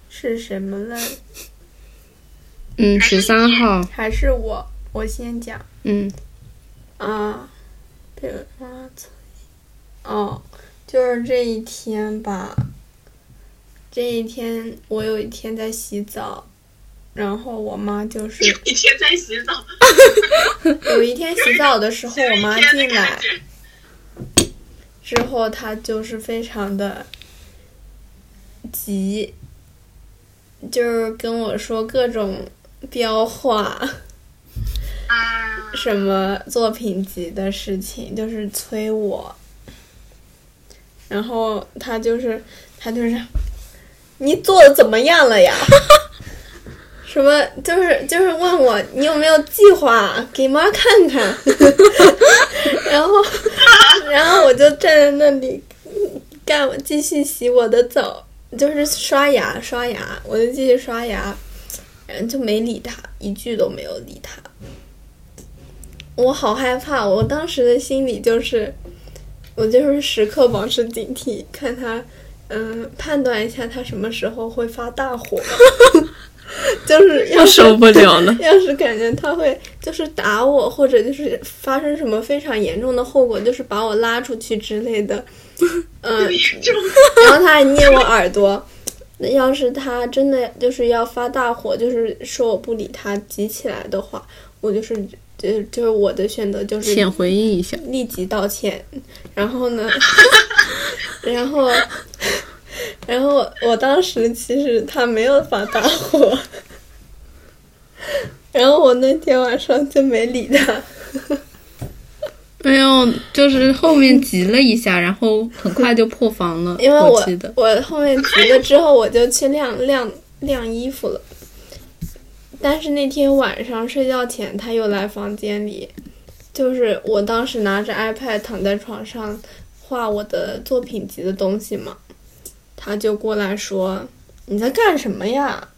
Speaker 1: 是什么嘞？
Speaker 2: 嗯，十三号，
Speaker 1: 还是我我先讲。
Speaker 2: 嗯
Speaker 1: 啊，对，啊，哦，就是这一天吧。这一天，我有一天在洗澡，然后我妈就是
Speaker 3: 有一天在洗澡，
Speaker 1: 有一天洗澡的时候，我妈
Speaker 3: 有一
Speaker 1: 进
Speaker 3: 天的
Speaker 1: 来
Speaker 3: 感，觉
Speaker 1: 之后，他就是非常的急，就是跟我说各种 标话，
Speaker 3: 啊，
Speaker 1: 什么作品集的事情，就是催我。然后他就是他就是，你做的怎么样了呀？ 什么就是就是问我你有没有计划给妈看看， 然后然后我就站在那里干继续洗我的澡，就是刷牙刷牙，我就继续刷牙，然后就没理他，一句都没有理他。我好害怕，我当时的心里就是，我就是时刻保持警惕，看他，嗯、判断一下他什么时候会发大火， 就是要
Speaker 2: 我
Speaker 1: 是
Speaker 2: 受不了了。
Speaker 1: 要是感觉他会就是打我，或者就是发生什么非常严重的后果，就是把我拉出去之类的，嗯、
Speaker 3: 这种
Speaker 1: 然后他还捏我耳朵。要是他真的就是要发大火，就是说我不理他急起来的话，我就是就就是我的选择就是
Speaker 2: 先回应一下，
Speaker 1: 立即道歉。然后呢， 然后，然后我当时其实他没有发大火， 然后我那天晚上就没理他。
Speaker 2: 没有，就是后面急了一下，然后很快就破防了。
Speaker 1: 因为
Speaker 2: 我
Speaker 1: 我
Speaker 2: 记得，
Speaker 1: 我后面急了之后，我就去晾晾晾衣服了。但是那天晚上睡觉前，他又来房间里，就是我当时拿着 iPad 躺在床上画我的作品集的东西嘛，他就过来说：“你在干什么呀？”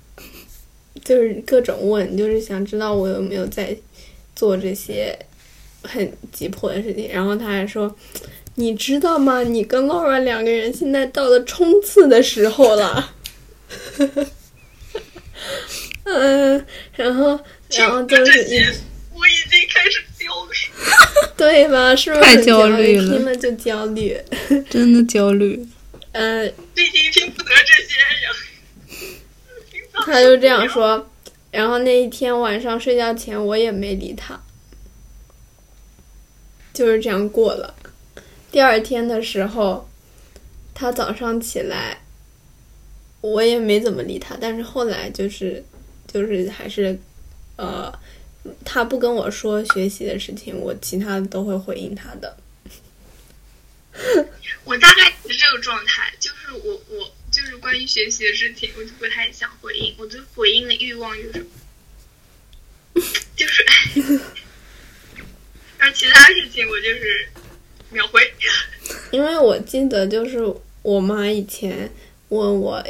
Speaker 1: 就是各种问，就是想知道我有没有在做这些很急迫的事情。然后他还说：“你知道吗？你跟 Laura 两个人现在到了冲刺的时候了。 嗯，然后，然后就是一
Speaker 3: 这些我已经开始焦虑。
Speaker 1: 对吧？是不是
Speaker 2: 太
Speaker 1: 很
Speaker 2: 焦
Speaker 1: 虑？
Speaker 2: 虑了
Speaker 1: 听了就焦虑。
Speaker 2: 真的焦 虑。
Speaker 1: 嗯，
Speaker 3: 最近听不得这些人。
Speaker 1: 他就这样说。然后那一天晚上睡觉前，我也没理他，就是这样过了。第二天的时候，他早上起来，我也没怎么理他，但是后来就是就是还是呃他不跟我说学习的事情，我其他的都会回应他的。
Speaker 3: 我大概是这个状态，就是我我就是关于学习的事情，我就不太想回应，我对回应的欲望就是就是， 而其他事情我就是秒回。
Speaker 1: 因为我记得就是我妈以前问我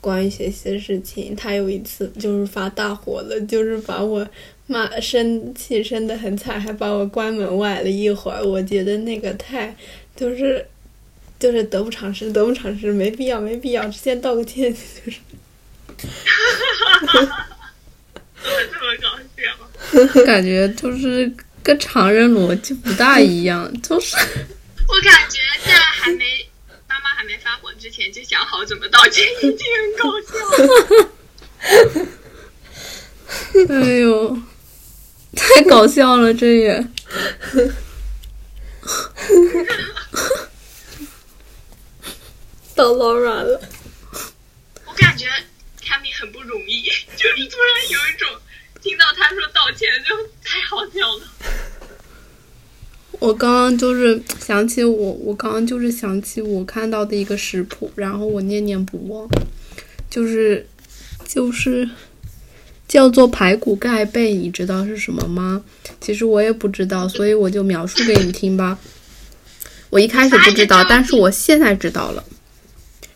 Speaker 1: 关于学习的事情，她有一次就是发大火了，就是把我骂生气生得很惨，还把我关门外了一会儿。我觉得那个太就是就是得不偿失，得不偿失，没必要，没必要，先道个歉，就是
Speaker 3: 怎么这么搞笑？
Speaker 2: 感觉就是跟常人逻辑不大一样， 就是
Speaker 3: 我感觉在还没妈妈还没发火之前就想好怎么道歉，已经很搞笑了。
Speaker 2: 哎呦，太搞笑了，这也。
Speaker 1: 到 Laura 了。
Speaker 3: 我感觉 Cammy 很不容易， 就是突然有一种听到他说道歉就太好笑了。
Speaker 2: 我刚刚就是想起我，我刚刚就是想起我看到的一个食谱，然后我念念不忘，就是就是叫做排骨盖贝，你知道是什么吗？其实我也不知道，所以我就描述给你听吧。我一开始不知道，但是我现在知道了。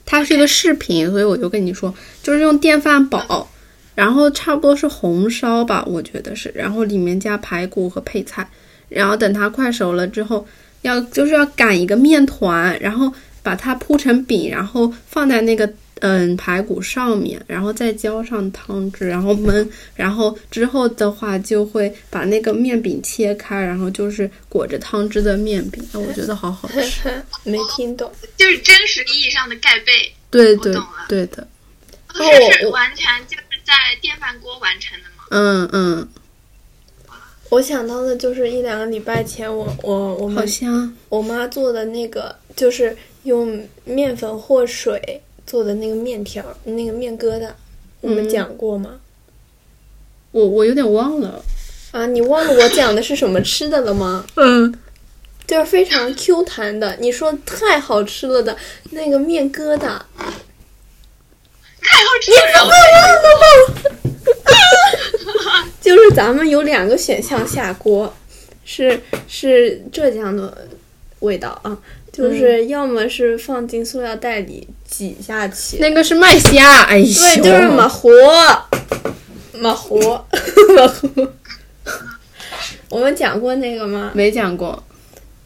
Speaker 2: 它是一个视频，所以我就跟你说，就是用电饭煲，然后差不多是红烧吧，我觉得是，然后里面加排骨和配菜，然后等它快熟了之后，要就是要擀一个面团，然后把它铺成饼，然后放在那个嗯排骨上面，然后再浇上汤汁，然后焖，然后之后的话就会把那个面饼切开，然后就是裹着汤汁的面饼，哎我觉得好好吃。
Speaker 1: 没听懂。
Speaker 3: 就是真实意义上的盖被，
Speaker 2: 对
Speaker 3: 我
Speaker 2: 对
Speaker 3: 懂了
Speaker 2: 对的，
Speaker 1: 哦
Speaker 3: 这是完全就是在电饭锅完成的吗？
Speaker 2: 嗯嗯，
Speaker 1: 我想到的就是一两个礼拜前我，我我
Speaker 2: 好
Speaker 1: 们
Speaker 2: 香。
Speaker 1: 我妈做的那个，就是用面粉和水做的那个面条，那个面疙瘩，你
Speaker 2: 嗯
Speaker 1: 们讲过吗？
Speaker 2: 我我有点忘了，
Speaker 1: 啊，你忘了我讲的是什么吃的了吗？
Speaker 2: 嗯，
Speaker 1: 就是非常 Q 弹的，你说太好吃了的那个面疙瘩，
Speaker 3: 太好吃了！
Speaker 1: 就是咱们有两个选项下锅，是是浙江的味道啊，就是要么是放进塑料袋里挤下去，
Speaker 2: 那个是麦虾，哎呦，
Speaker 1: 对，就是马活，马活， 马活。我们讲过那个吗？
Speaker 2: 没讲过，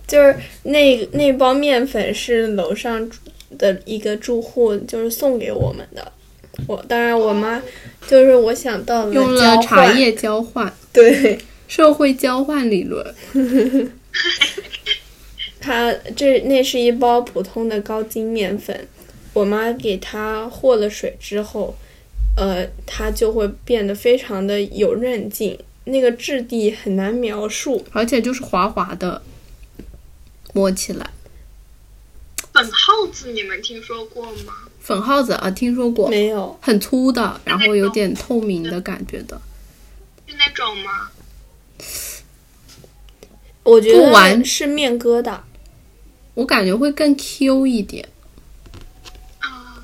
Speaker 1: 就是那那包面粉是楼上住的一个住户就是送给我们的，我当然我妈就是我想到了
Speaker 2: 用了
Speaker 1: 交
Speaker 2: 嗯茶
Speaker 1: 换
Speaker 2: 叶交换、
Speaker 1: 对。
Speaker 2: 社会交换理论，
Speaker 1: 它这那是一包普通的高筋面粉，我妈给它和了水之后，呃，它就会变得非常的有韧劲，那个质地很难描述。
Speaker 2: 而且就是滑滑的，摸起来。
Speaker 3: 粉耗子你们听说过吗？
Speaker 2: 粉耗子啊，听说过，
Speaker 1: 没有，
Speaker 2: 很粗的，然后有点透明的感觉的，
Speaker 3: 是那种吗？
Speaker 1: 我觉
Speaker 2: 不
Speaker 1: 得
Speaker 2: 完
Speaker 1: 是面疙瘩，
Speaker 2: 我感觉会更 Q 一点，
Speaker 3: 啊，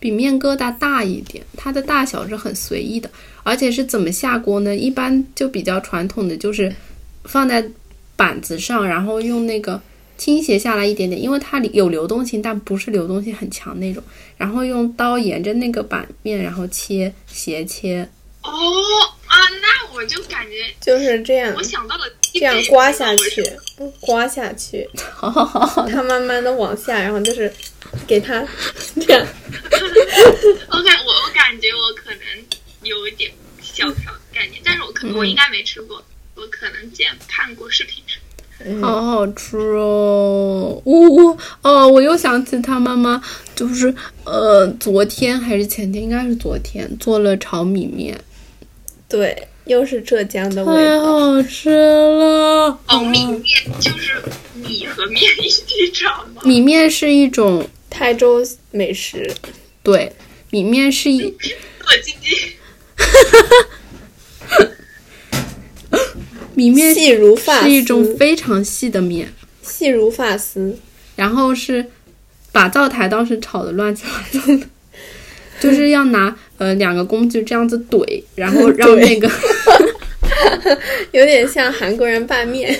Speaker 2: 比面疙瘩大一点，它的大小是很随意的，而且是怎么下锅呢？一般就比较传统的就是放在板子上，然后用那个倾斜下来一点点，因为它里有流动性，但不是流动性很强那种。然后用刀沿着那个板面，然后切斜切。
Speaker 3: 哦啊，那我就感觉
Speaker 1: 就是这样
Speaker 3: 我，想到了
Speaker 1: 这
Speaker 3: 这
Speaker 1: 样刮下去，刮下去，
Speaker 2: 好好好好，
Speaker 1: 它慢慢的往下，然后就是给它这样。
Speaker 3: 我感我我感觉我可能有一点小小的概念，但是我可
Speaker 1: 嗯
Speaker 3: 我应该没吃过，我可能见看过视频。
Speaker 2: 好好吃哦！呜、呜哦，我又想起他妈妈，就是呃，昨天还是前天，应该是昨天做了炒米面，
Speaker 1: 对，又是浙江的味
Speaker 2: 太
Speaker 1: 道。
Speaker 2: 好吃了！
Speaker 3: 哦，米面就是米和面一起炒吗？
Speaker 2: 米面是一种
Speaker 1: 台州美食，
Speaker 2: 对，米面是一
Speaker 3: 我今天
Speaker 2: 米面
Speaker 1: 细如发丝，
Speaker 2: 是一种非常细的面，
Speaker 1: 细如发丝。
Speaker 2: 然后是把灶台当时炒的乱七八糟的，就是要拿呃两个工具这样子 怼，然后让
Speaker 1: 怼
Speaker 2: 那个
Speaker 1: 有点像韩国人拌面，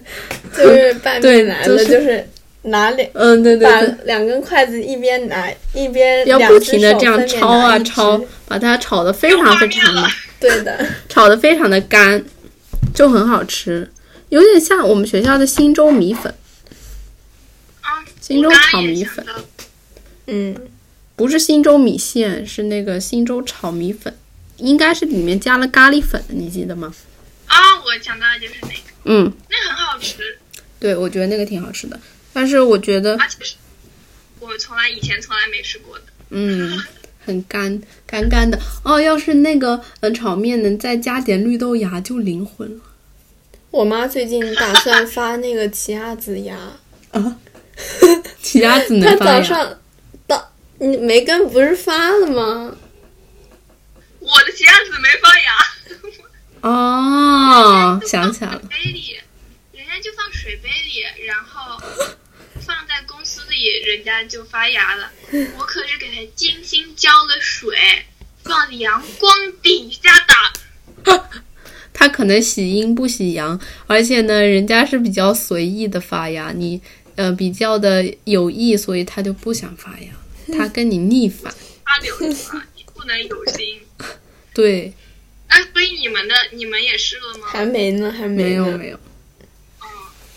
Speaker 1: 就是拌
Speaker 2: 对
Speaker 1: 面来
Speaker 2: 就
Speaker 1: 了，
Speaker 2: 是
Speaker 1: 就是拿两
Speaker 2: 嗯对对
Speaker 1: 把
Speaker 2: 对，
Speaker 1: 两根筷子一边拿一边
Speaker 2: 要不
Speaker 1: 两只
Speaker 2: 停的
Speaker 1: 手
Speaker 2: 这样
Speaker 1: 分别
Speaker 2: 焯啊
Speaker 1: 拿一只
Speaker 2: 焯，把它炒的非常非常的
Speaker 1: 对 的，
Speaker 2: 炒的非常的干，就很好吃，有点像我们学校的新州米粉，
Speaker 3: 啊，
Speaker 2: 荆州
Speaker 3: 我刚刚
Speaker 2: 炒
Speaker 3: 也
Speaker 2: 米
Speaker 3: 想
Speaker 2: 粉
Speaker 3: 到
Speaker 1: 嗯，
Speaker 2: 不是新州米线，是那个新州炒米粉，应该是里面加了咖喱粉，你记得吗？
Speaker 3: 啊，我想到的就是那个，
Speaker 2: 嗯，
Speaker 3: 那很好吃，
Speaker 2: 对，我觉得那个挺好吃的，但是我觉得
Speaker 3: 而且是我从来以前从来没吃过的。
Speaker 2: 嗯，很干干干的哦。要是那个呃炒面能再加点绿豆芽，就灵魂了
Speaker 1: 我妈最近打算发那个奇亚籽芽，
Speaker 2: 啊！奇亚籽
Speaker 1: 她
Speaker 2: 能发
Speaker 1: 早
Speaker 2: 芽？
Speaker 1: 上到你梅根不是发了吗？
Speaker 3: 我的奇亚籽没发芽，
Speaker 2: 哦，想起来了，
Speaker 3: 杯里，人家就放水杯里，然后放在公司里，人家就发芽了。我可是给它精心浇了水，放阳光底下的。
Speaker 2: 它可能喜阴不喜阳，而且呢，人家是比较随意的发芽，你呃比较的有意，所以它就不想发芽，它跟你逆反。
Speaker 3: 它柳了，你不能有心。
Speaker 2: 对，
Speaker 3: 哎，所以你们的你们也试了吗？
Speaker 1: 还没呢，还
Speaker 2: 没
Speaker 1: 没
Speaker 2: 有
Speaker 1: 呢，
Speaker 2: 没有，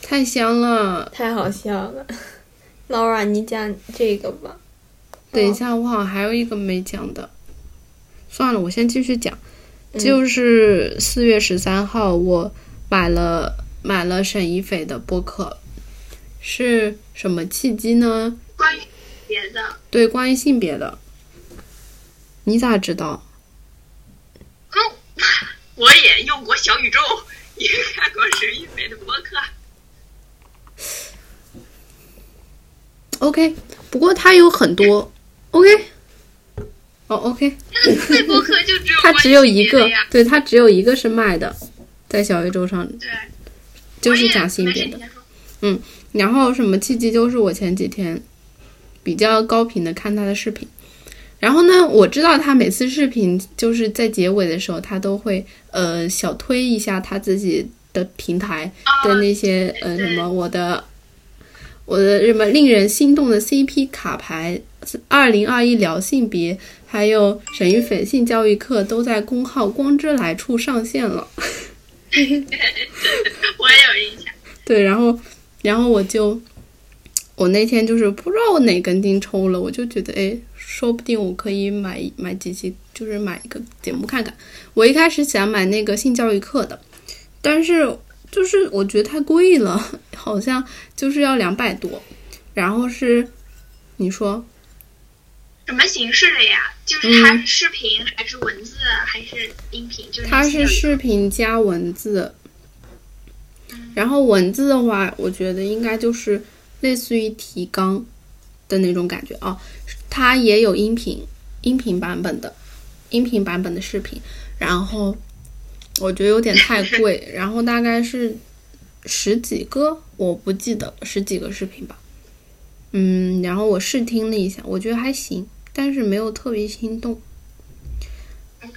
Speaker 2: 太香了。
Speaker 1: 太好笑了。Laura，你讲这个吧。
Speaker 2: 等一下，我好像还有一个没讲的，算了，我先继续讲。就是四月十三号，我买了买了沈一菲的播客，是什么契机呢？
Speaker 3: 关于别的，
Speaker 2: 对，关于性别的，你咋知道？
Speaker 3: 嗯，我也用过小宇宙，也看过沈一菲的博客。
Speaker 2: OK，不过它有很多 OK，哦、o k
Speaker 3: 他的付费博客就只有
Speaker 2: 它只有
Speaker 3: 关于
Speaker 2: 一
Speaker 3: 别
Speaker 2: 个
Speaker 3: 的呀，
Speaker 2: 对，它只有一个是卖的，在小宇宙上
Speaker 3: 对，
Speaker 2: 就是讲性别的。。然后什么契机，就是我前几天比较高频的看他的视频，然后呢，我知道他每次视频就是在结尾的时候，他都会呃小推一下他自己的平台的
Speaker 3: 哦
Speaker 2: 那些呃什么我的我的什么令人心动的 CP 卡牌，二零二一聊性别，还有沈玉斐性教育课都在公号光之来处上线了。
Speaker 3: 我也有印象。
Speaker 2: 对，然后，然后我就，我那天就是不知道我哪根筋抽了，我就觉得，哎，说不定我可以买买几期，就是买一个节目看看。我一开始想买那个性教育课的，但是就是我觉得太贵了，好像就是要两百多。然后是，你说
Speaker 3: 什么形式的呀？就是
Speaker 2: 嗯
Speaker 3: 它是视频，还是文字，啊还是音频？就是
Speaker 2: 它是
Speaker 3: 有嗯
Speaker 2: 视频加文字，然后文字的话，我觉得应该就是类似于提纲的那种感觉哦。它也有音频，音频版本的，音频版本的视频，然后我觉得有点太 贵，然后大概是十几个，我不记得了十几个视频吧。嗯，然后我试听了一下，我觉得还行，但是没有特别心动。
Speaker 3: OK，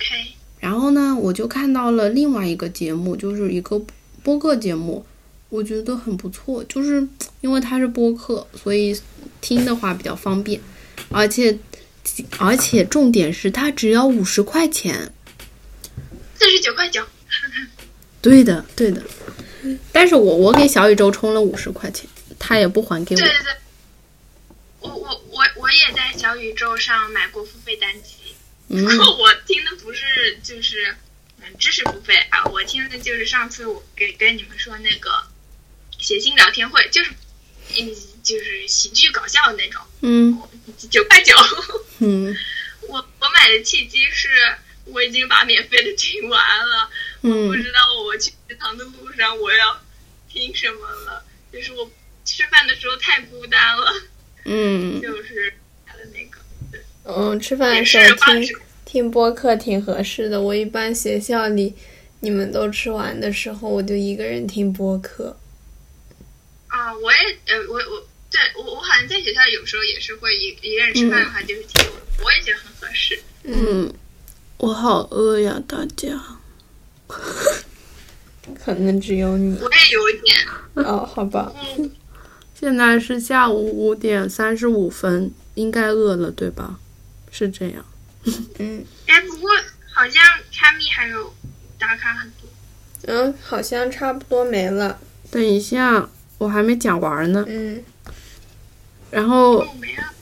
Speaker 2: 然后呢，我就看到了另外一个节目，就是一个播客节目，我觉得很不错，就是因为它是播客，所以听的话比较方便，而且而且重点是它只要五十块钱。
Speaker 3: 四十九块九。
Speaker 2: 对的，对的。但是我我给小宇宙充了五十块钱，他也不还给我
Speaker 3: 对。对对，我我我我也在小宇宙上买过付费单集，
Speaker 2: 嗯
Speaker 3: 不过我听的不是就是嗯知识付费啊，我听的就是上次我给跟你们说那个谐星聊天会，就是嗯就是喜剧搞笑的那种，
Speaker 2: 嗯
Speaker 3: 九块九。
Speaker 2: 嗯
Speaker 3: 我我买的契机是我已经把免费的听完了。不
Speaker 2: 嗯
Speaker 3: 知道我去食堂的路上我要听什么了，就是我吃饭的时候太孤单了，
Speaker 2: 嗯，
Speaker 3: 就是买了那个，
Speaker 1: 嗯，吃饭
Speaker 3: 也
Speaker 1: 的时
Speaker 3: 是
Speaker 1: 候
Speaker 3: 八
Speaker 1: 听
Speaker 3: 十，
Speaker 1: 听播客挺合适的。我一般学校里你们都吃完的时候，我就一个人听播客。
Speaker 3: 啊，我也呃，我我对我我好像在学校有时候也是会一一个人吃饭的话，就是听我、我也觉得很合适。
Speaker 2: 嗯，我好饿呀，大家。
Speaker 1: 可能只有你
Speaker 3: 我也有一点，
Speaker 1: 哦，好吧，
Speaker 3: 嗯，
Speaker 2: 现在是下午五点三十五分，应该饿了对吧？是这样。
Speaker 1: 嗯
Speaker 3: 哎，不过好像卡米还有打卡很多。
Speaker 1: 嗯，好像差不多没了，
Speaker 2: 等一下，我还没讲完呢。
Speaker 1: 嗯
Speaker 2: 然后
Speaker 3: 哦，没了。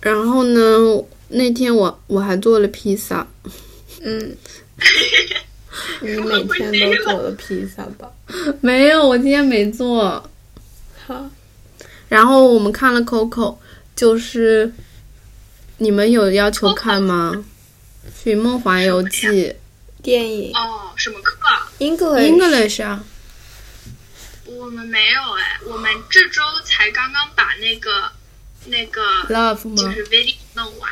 Speaker 2: 然后呢？那天我我还做了披萨，
Speaker 1: 嗯，你每天都做了披萨吧？
Speaker 2: 没有，我今天没做。
Speaker 1: 好，
Speaker 2: 然后我们看了 Coco，就是你们有要求看吗？《寻梦环游记》
Speaker 1: 电影
Speaker 3: 哦，什么课？
Speaker 1: English
Speaker 2: English 啊，
Speaker 3: 我们没有哎，我们这周才刚刚把那个那个
Speaker 2: Love
Speaker 3: 就
Speaker 2: 吗？
Speaker 3: 是 video 弄完。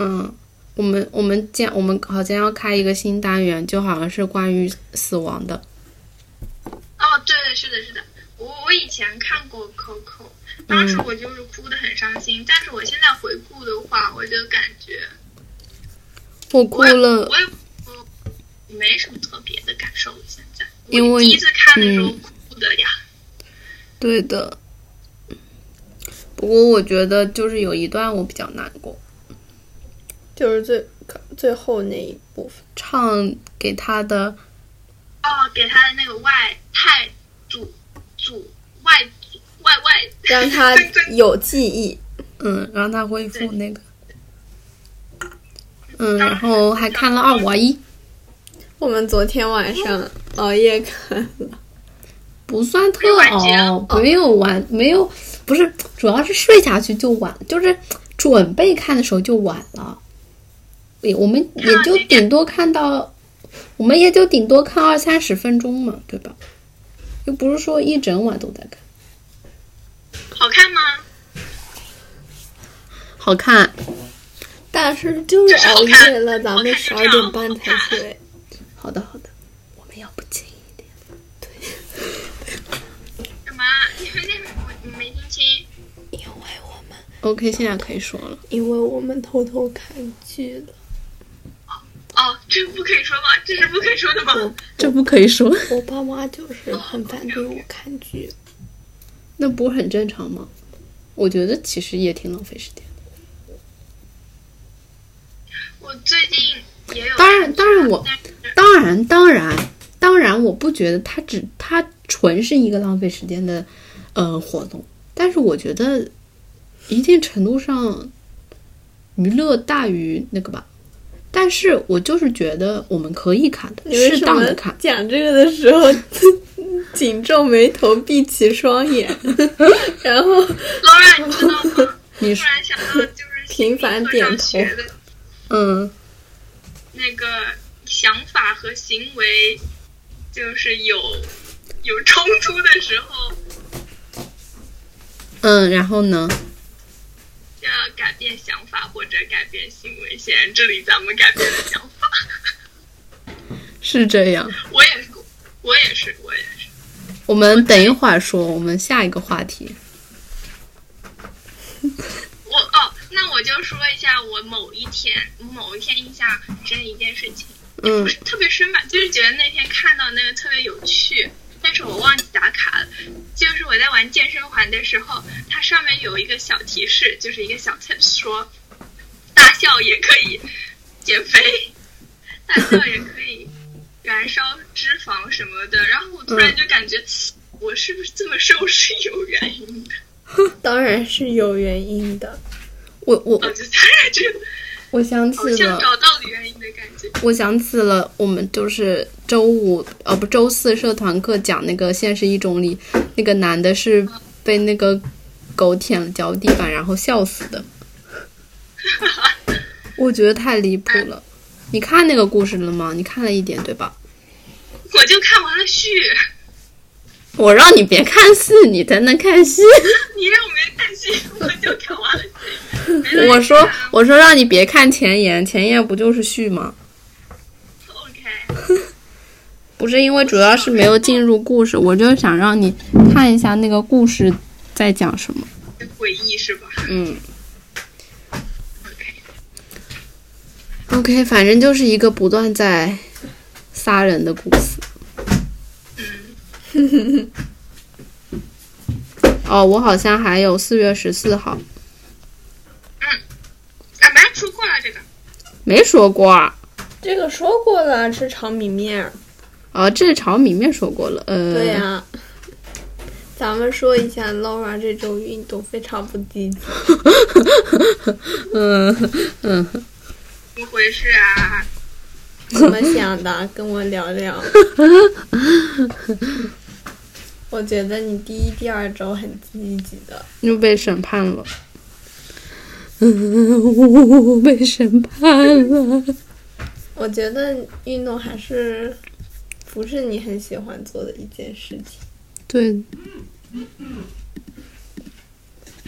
Speaker 2: 嗯，我们我们见我们好像要开一个新单元，就好像是关于死亡的。
Speaker 3: 哦，对对，是的，是的，我我以前看过 Coco，当时我就是哭得很伤心，但是我现在回顾的话，我就感觉
Speaker 2: 我哭
Speaker 3: 我也
Speaker 2: 了，
Speaker 3: 我也我没什么特别的感受，现在
Speaker 2: 因
Speaker 3: 我
Speaker 2: 为
Speaker 3: 第一次看的时
Speaker 1: 嗯
Speaker 3: 候哭的呀，
Speaker 2: 对的。不过我觉得就是有一段我比较难过，
Speaker 1: 就是最最后那一部分，
Speaker 2: 唱给他的
Speaker 3: 哦，给他的那个外太祖祖外祖外外，
Speaker 1: 让 他
Speaker 3: 对对
Speaker 1: 有记忆。
Speaker 2: 嗯，让他恢复
Speaker 3: 对
Speaker 2: 那个，嗯，然后还看了《二娃一》，
Speaker 1: 我们昨天晚上熬夜看了，
Speaker 2: 不算特
Speaker 3: 没完结
Speaker 2: 熬，没有完，没有，不是，主要是睡下去就晚，就是准备看的时候就晚了，也我们也就顶多看到，我们也就顶多看二三十分钟嘛，对吧？又不是说一整晚都在看，
Speaker 3: 好看吗？
Speaker 2: 好看，
Speaker 1: 但是就是
Speaker 3: 这是
Speaker 1: 熬
Speaker 3: 好看
Speaker 1: 夜了，咱们十二点半才睡。
Speaker 2: 好的好的，我们要不轻一点，
Speaker 3: 什么？因为那个我没听清。
Speaker 1: 因为我们，
Speaker 2: ，OK，现在可以说了。
Speaker 1: 因为我们偷偷看剧了，
Speaker 3: 哦，这不可以说吗？这是不可以说的吗？
Speaker 1: 我
Speaker 2: 这不可以说，
Speaker 1: 我爸妈就是很反对我看剧，
Speaker 2: 那不是很正常吗？我觉得其实也挺浪费时间的。
Speaker 3: 我最近也有看，
Speaker 2: 当然当然我
Speaker 3: 但是
Speaker 2: 当然，当然，当然，我不觉得它只它纯是一个浪费时间的呃活动，但是我觉得一定程度上娱乐大于那个吧。但是我就是觉得我们可以看的，
Speaker 1: 你为
Speaker 2: 适
Speaker 1: 什
Speaker 2: 当
Speaker 1: 么
Speaker 2: 的看。
Speaker 1: 讲这个的时候 紧皱眉头、闭起双眼，然后
Speaker 3: Laura，你知道吗？
Speaker 2: 你
Speaker 3: 突
Speaker 2: 说，
Speaker 3: 然想到就是
Speaker 1: 频繁点头
Speaker 3: 心理课上学的
Speaker 2: 嗯，
Speaker 3: 那个想法和行为，就是有有冲突的时候
Speaker 2: 嗯，然后呢？
Speaker 3: 要改变想法或者改变行为。显然这里咱们改变了想法，
Speaker 2: 是这样。
Speaker 3: 我也是，我也是，我也是。
Speaker 2: 我们等一会儿说，我们下一个话题。
Speaker 3: 我哦，那我就说一下我某一天某一天印象很深的一件事情。
Speaker 2: 嗯
Speaker 3: 不是特别深吧，就是觉得那天看到那个特别有趣，但是我忘记打卡了。就是我在玩健身环的时候，它上面有一个小提示，就是一个小 tips 说，大笑也可以减肥，大笑也可以燃烧脂肪什么的。然后我突然就感觉，我是不是这么瘦是有原因的？
Speaker 1: 当然是有原因的。
Speaker 2: 我我
Speaker 3: 我就突然就
Speaker 2: 我想
Speaker 3: 好
Speaker 2: 起
Speaker 3: 像
Speaker 2: 了，
Speaker 3: 找到了原因的感觉。
Speaker 2: 我想起了，我们就是周五呃不周四社团课讲那个《现实一种》里，那个男的是被那个狗舔了脚底板，然后笑死的。我觉得太离谱了。你看那个故事了吗？你看了一点对吧？
Speaker 3: 我就看完了序，
Speaker 2: 我让你别看戏，你才能看戏。
Speaker 3: 你让我没看戏，我就看完了序。没来
Speaker 2: 我说
Speaker 3: 看
Speaker 2: 我说让你别看前言，前言不就是序吗？
Speaker 3: OK，
Speaker 2: 不是因为主要是没有进入故事，我就想让你看一下那个故事在讲什么。
Speaker 3: 诡异是吧
Speaker 2: 嗯
Speaker 3: ？OK，
Speaker 2: ，OK，反正就是一个不断在杀人的故事。 哦，我好像还有四月十四号
Speaker 3: 啊，本来说过了这个，
Speaker 2: 没说过啊。
Speaker 1: 这个说过了，吃炒米面儿。
Speaker 2: 哦，这是炒米面说过了。呃，
Speaker 1: 对呀、咱们说一下 Laura 这周运动非常不积极。
Speaker 2: 嗯嗯，
Speaker 3: 怎么回事啊？
Speaker 1: 怎么想 的？跟我聊聊。我觉得你第一、第二周很积极的，
Speaker 2: 又被审判了。嗯，呃我被审判了。
Speaker 1: 我觉得运动还是不是你很喜欢做的一件事情，
Speaker 2: 对，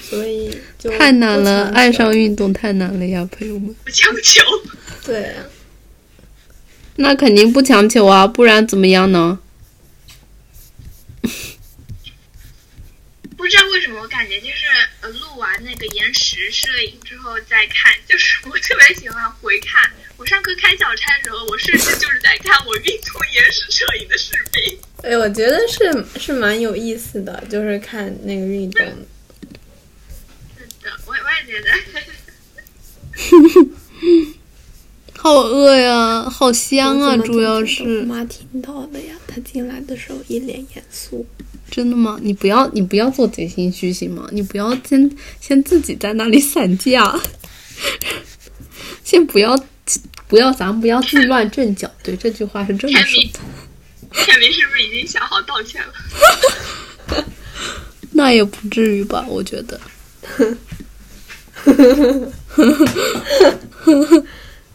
Speaker 1: 所以就
Speaker 2: 太难
Speaker 1: 不
Speaker 2: 了，
Speaker 1: 强求
Speaker 2: 爱上运动太难了呀，朋友们。
Speaker 3: 不强求，
Speaker 1: 对啊，
Speaker 2: 那肯定不强求啊，不然怎么样呢？
Speaker 3: 不知道为什么，我感觉就是呃，录完那个延时摄影之后再看，就是我特别喜欢回看。我上课开小差的时候，我甚至就是在看我运动延时摄影的视频。
Speaker 1: 哎，我觉得是是蛮有意思的，就是看那个运动。
Speaker 3: 真的，我也我也 觉得，
Speaker 2: 好饿呀，好香
Speaker 1: 我
Speaker 2: 啊，
Speaker 1: 怎么
Speaker 2: 主
Speaker 1: 总觉得
Speaker 2: 要
Speaker 1: 我
Speaker 2: 是
Speaker 1: 妈听到的呀，她进来的时候一脸严肃。
Speaker 2: 真的吗？你不要，你不要做贼心虚行吗？你不要先先自己在那里散架， 先不要不要，咱不要自乱阵脚。对，这句话是这么
Speaker 3: 天
Speaker 2: 说
Speaker 3: 明
Speaker 2: 的。，
Speaker 3: 天明是不是已经想好道歉了？
Speaker 2: 那也不至于吧，我觉得。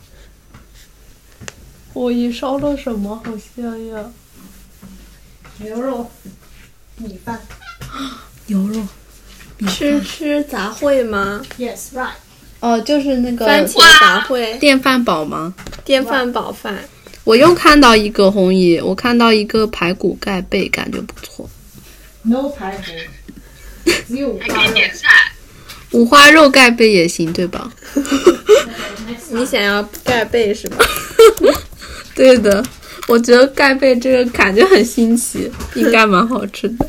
Speaker 2: 我一烧了什么？好香呀！
Speaker 4: 牛肉、米饭。
Speaker 2: 牛肉。嗯
Speaker 1: 吃吃杂烩吗？
Speaker 4: Yes, right。
Speaker 2: 哦，就是那个
Speaker 1: 番茄杂烩、
Speaker 2: 电饭煲吗？
Speaker 1: 电饭煲饭。
Speaker 2: 我又看到一个红姨，我看到一个排骨盖贝，感觉不错。
Speaker 4: No 排骨，只有五
Speaker 3: 还可
Speaker 4: 花
Speaker 3: 以
Speaker 4: 肉。
Speaker 3: 点菜，
Speaker 2: 五花肉盖贝也行，对吧？
Speaker 1: 你想要盖被是吧？
Speaker 2: 对的，我觉得盖贝这个感觉很新奇，应该蛮好吃的。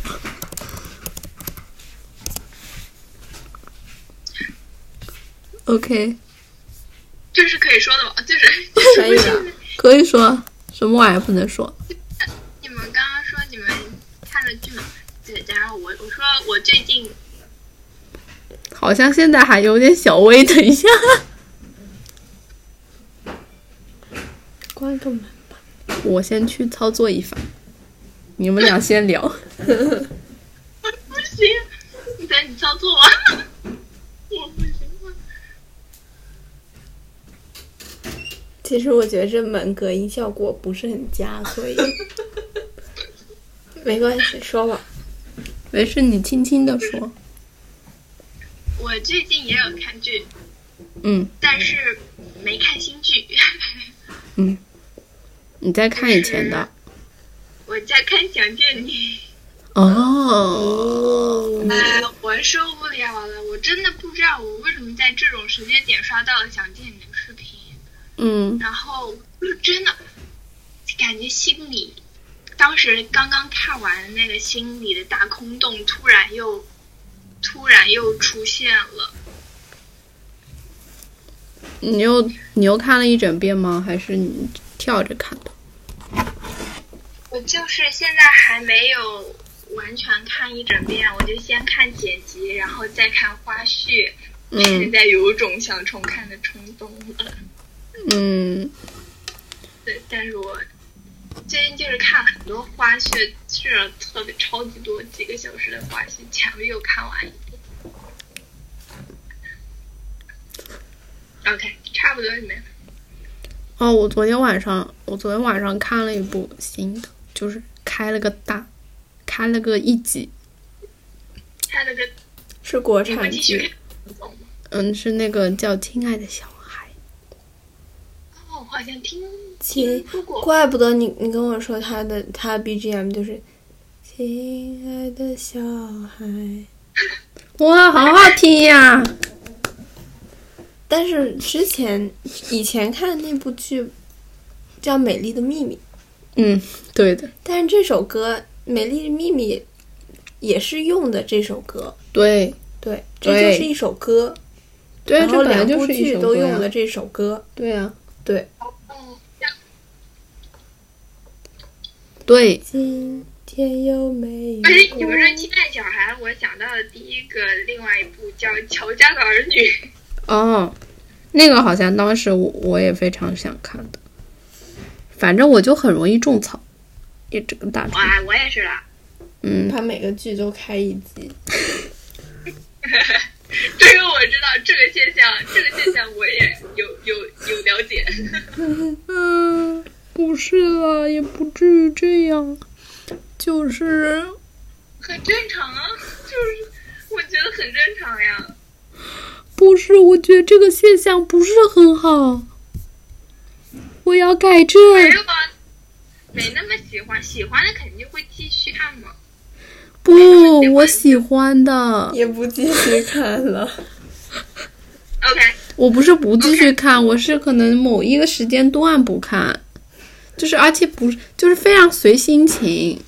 Speaker 2: OK，
Speaker 3: 这是可以说的吗？就是
Speaker 1: 可以啊的。
Speaker 2: 可以说什么玩意儿不能说？
Speaker 3: 你们刚刚说你们看了剧吗？对，然后我我说我最近
Speaker 2: 好像现在还有点小微，等一下，
Speaker 1: 关个门。
Speaker 2: 我先去操作一番，你们俩先聊。
Speaker 3: 我不行，你等你操作完， 我不行了。
Speaker 1: 其实我觉得这门隔音效果不是很佳，所 以没关系，说吧。
Speaker 2: 没事，你轻轻的说。
Speaker 3: 我最近也有看剧，
Speaker 2: 嗯，
Speaker 3: 但是没看新剧，
Speaker 2: 你再看以前的。
Speaker 3: 我在看《想见你
Speaker 2: 哦》。，
Speaker 3: 呃，我受不了了，我真的不知道我为什么在这种时间点刷到了《想见你》的视频。
Speaker 2: 嗯
Speaker 3: 然后就真的感觉心里，当时刚刚看完那个心里的大空洞，突然又突然又出现了。
Speaker 2: 你又你又看了一整遍吗？还是你跳着看的？
Speaker 3: 我就是现在还没有完全看一整遍，我就先看剪辑，然后再看花絮。现
Speaker 2: 嗯
Speaker 3: 在有种想重看的冲动了，
Speaker 2: 嗯，
Speaker 3: 对，但是我最近就是看很多花絮，去了特别超级多几个小时的花絮，前面又看完一部。OK，差不多没了。
Speaker 2: 哦，我昨天晚上我昨天晚上看了一部新的，就是开了个大，开了个一集，
Speaker 3: 他那个
Speaker 1: 是国
Speaker 3: 你
Speaker 1: 产
Speaker 3: 会继续
Speaker 1: 剧，
Speaker 3: 看？
Speaker 2: 嗯，是那个叫《亲爱的小孩》。
Speaker 3: 哦，我好像听
Speaker 1: 亲
Speaker 3: 听说过，
Speaker 1: 怪不得你你跟我说他的他 BGM 就是，亲爱的小孩，
Speaker 2: 哇，好好听呀！
Speaker 1: 但是之前以前看的那部剧叫《美丽的秘密》，
Speaker 2: 嗯，对的，
Speaker 1: 但是这首歌《美丽的秘密》也是用的这首歌，
Speaker 2: 对
Speaker 1: 对，这就是
Speaker 2: 对
Speaker 1: 一首歌，
Speaker 2: 对啊，
Speaker 1: 然
Speaker 2: 这
Speaker 1: 后
Speaker 2: 本来
Speaker 1: 两
Speaker 2: 就
Speaker 1: 部
Speaker 2: 是一
Speaker 1: 剧
Speaker 2: 首
Speaker 1: 都
Speaker 2: 歌
Speaker 1: 用
Speaker 2: 呀
Speaker 1: 的这首歌，
Speaker 2: 对啊，
Speaker 1: 对。
Speaker 3: 嗯，
Speaker 2: 对，
Speaker 1: 今天有没有
Speaker 3: 而且你们说亲爱小孩，我想到的第一个另外一部叫《乔家的儿女》，
Speaker 2: 哦，那个好像当时我我也非常想看的，反正我就很容易种草，一整个大种，
Speaker 3: 哇，我也是 啦，
Speaker 2: 嗯，
Speaker 1: 他每个剧都开一集，
Speaker 3: 这个我知道，这个现象，这个现象我也有有有了解。
Speaker 2: 嗯，不是啦，也不至于这样，就是
Speaker 3: 很正常啊， 就是我觉得很正常呀。
Speaker 2: 不是，我觉得这个现象不是很好，我要改正。
Speaker 3: 没有啊，没那么喜欢，喜欢的肯定会继续看嘛。
Speaker 2: 不，我喜欢的，
Speaker 1: 也不继续看了。
Speaker 3: OK，
Speaker 2: 我不是不继续看，我是可能某一个时间段不看，就是而且不是就是非常随心情，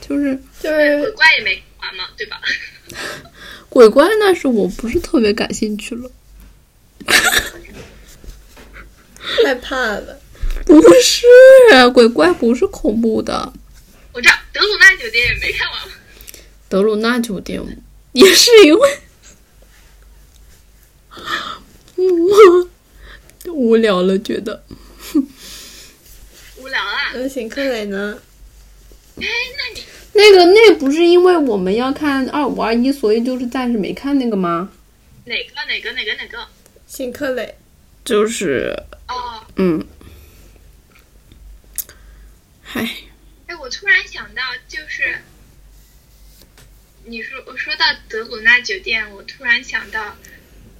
Speaker 2: 就是
Speaker 1: 就是
Speaker 3: 鬼怪也没玩嘛，对吧？
Speaker 2: 鬼怪那是我不是特别感兴趣了，
Speaker 1: 害怕了，
Speaker 2: 不是鬼怪不是恐怖的，
Speaker 3: 我知道《德鲁纳酒店》也没看完嘛。
Speaker 2: 德鲁纳酒店也是因为我无聊了，觉得
Speaker 3: 无聊啊！
Speaker 1: 那邢克磊呢？
Speaker 3: 哎，那你
Speaker 2: 那个那不是因为我们要看二五二一，所以就是暂时没看那个吗？
Speaker 3: 哪个哪个哪个哪个？
Speaker 1: 邢克 磊，
Speaker 2: 就是
Speaker 3: 哦，
Speaker 2: 嗯，嗨，
Speaker 3: 哎，我突然想到，就是你说我说到《德鲁纳酒店》，我突然想到，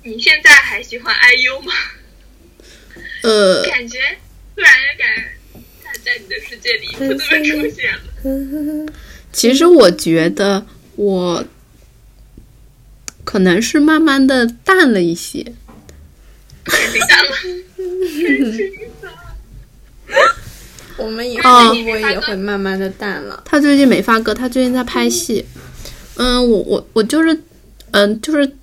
Speaker 3: 你现在还喜欢 IU 吗？
Speaker 2: 呃，
Speaker 3: 感觉突然感觉他在你的世界里
Speaker 2: 嗯
Speaker 3: 不怎么出现了。
Speaker 2: 其实我觉得我可能是慢慢的淡了一些，
Speaker 3: 肯定干了，真是
Speaker 1: 我们以
Speaker 2: 哦
Speaker 1: 后我也会慢慢的淡了。
Speaker 2: 他最近没发歌，他最近在拍戏。嗯，我我我就是，嗯，就是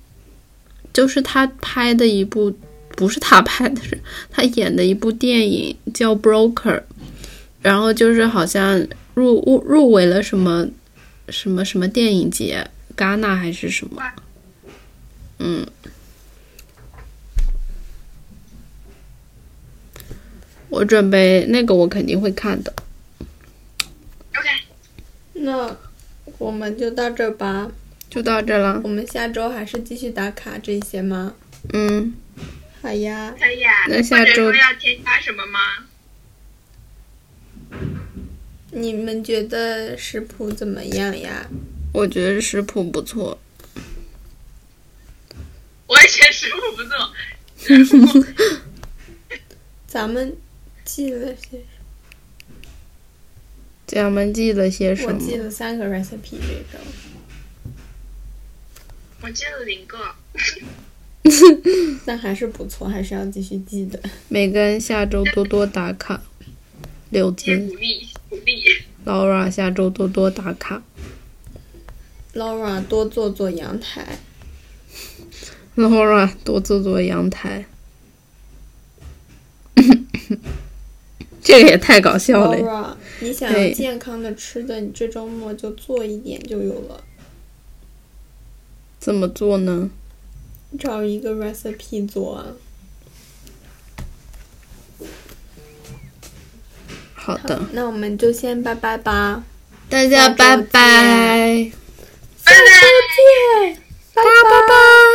Speaker 2: 就是他拍的一部，不是他拍的，是他演的一部电影叫《Broker》，然后就是好像入入入围了什么什么什么电影节，戛纳还是什么？嗯。我准备那个，我肯定会看的。
Speaker 3: OK，
Speaker 1: 那我们就到这儿吧。
Speaker 2: 就到这了
Speaker 1: 我，们下周还是继续打卡这些吗？
Speaker 2: 嗯。
Speaker 1: 好呀，
Speaker 3: 可以啊。
Speaker 2: 那下
Speaker 3: 或者
Speaker 2: 周
Speaker 3: 说要添加什么吗？
Speaker 1: 你们觉得食谱怎么样呀？
Speaker 2: 我觉得食谱不错，
Speaker 3: 我也觉得食谱不错。
Speaker 1: 咱们记了些，
Speaker 2: 咱们记了些
Speaker 1: 我
Speaker 2: 什么？
Speaker 1: 记了三个 recipe 这周。
Speaker 3: 我记了零个，
Speaker 1: 但还是不错，还是要继续记的。
Speaker 2: 每个人下周多多打卡。柳
Speaker 3: 也
Speaker 2: 子
Speaker 3: 鼓励鼓励。
Speaker 2: ，Laura 下周多多打卡。
Speaker 1: Laura 多做做阳台，
Speaker 2: Laura 多做做阳台。 这个也太搞笑了。
Speaker 1: Laura，你想
Speaker 2: 哦对
Speaker 1: 要健康的吃的，你这周末就做一点就有了。
Speaker 2: 怎么做呢？
Speaker 1: 找一个 recipe 做啊。
Speaker 2: 好的，
Speaker 1: 那我们就先拜拜吧，
Speaker 2: 大家
Speaker 1: 下周
Speaker 2: 拜拜，
Speaker 1: 见
Speaker 2: 拜拜拜拜。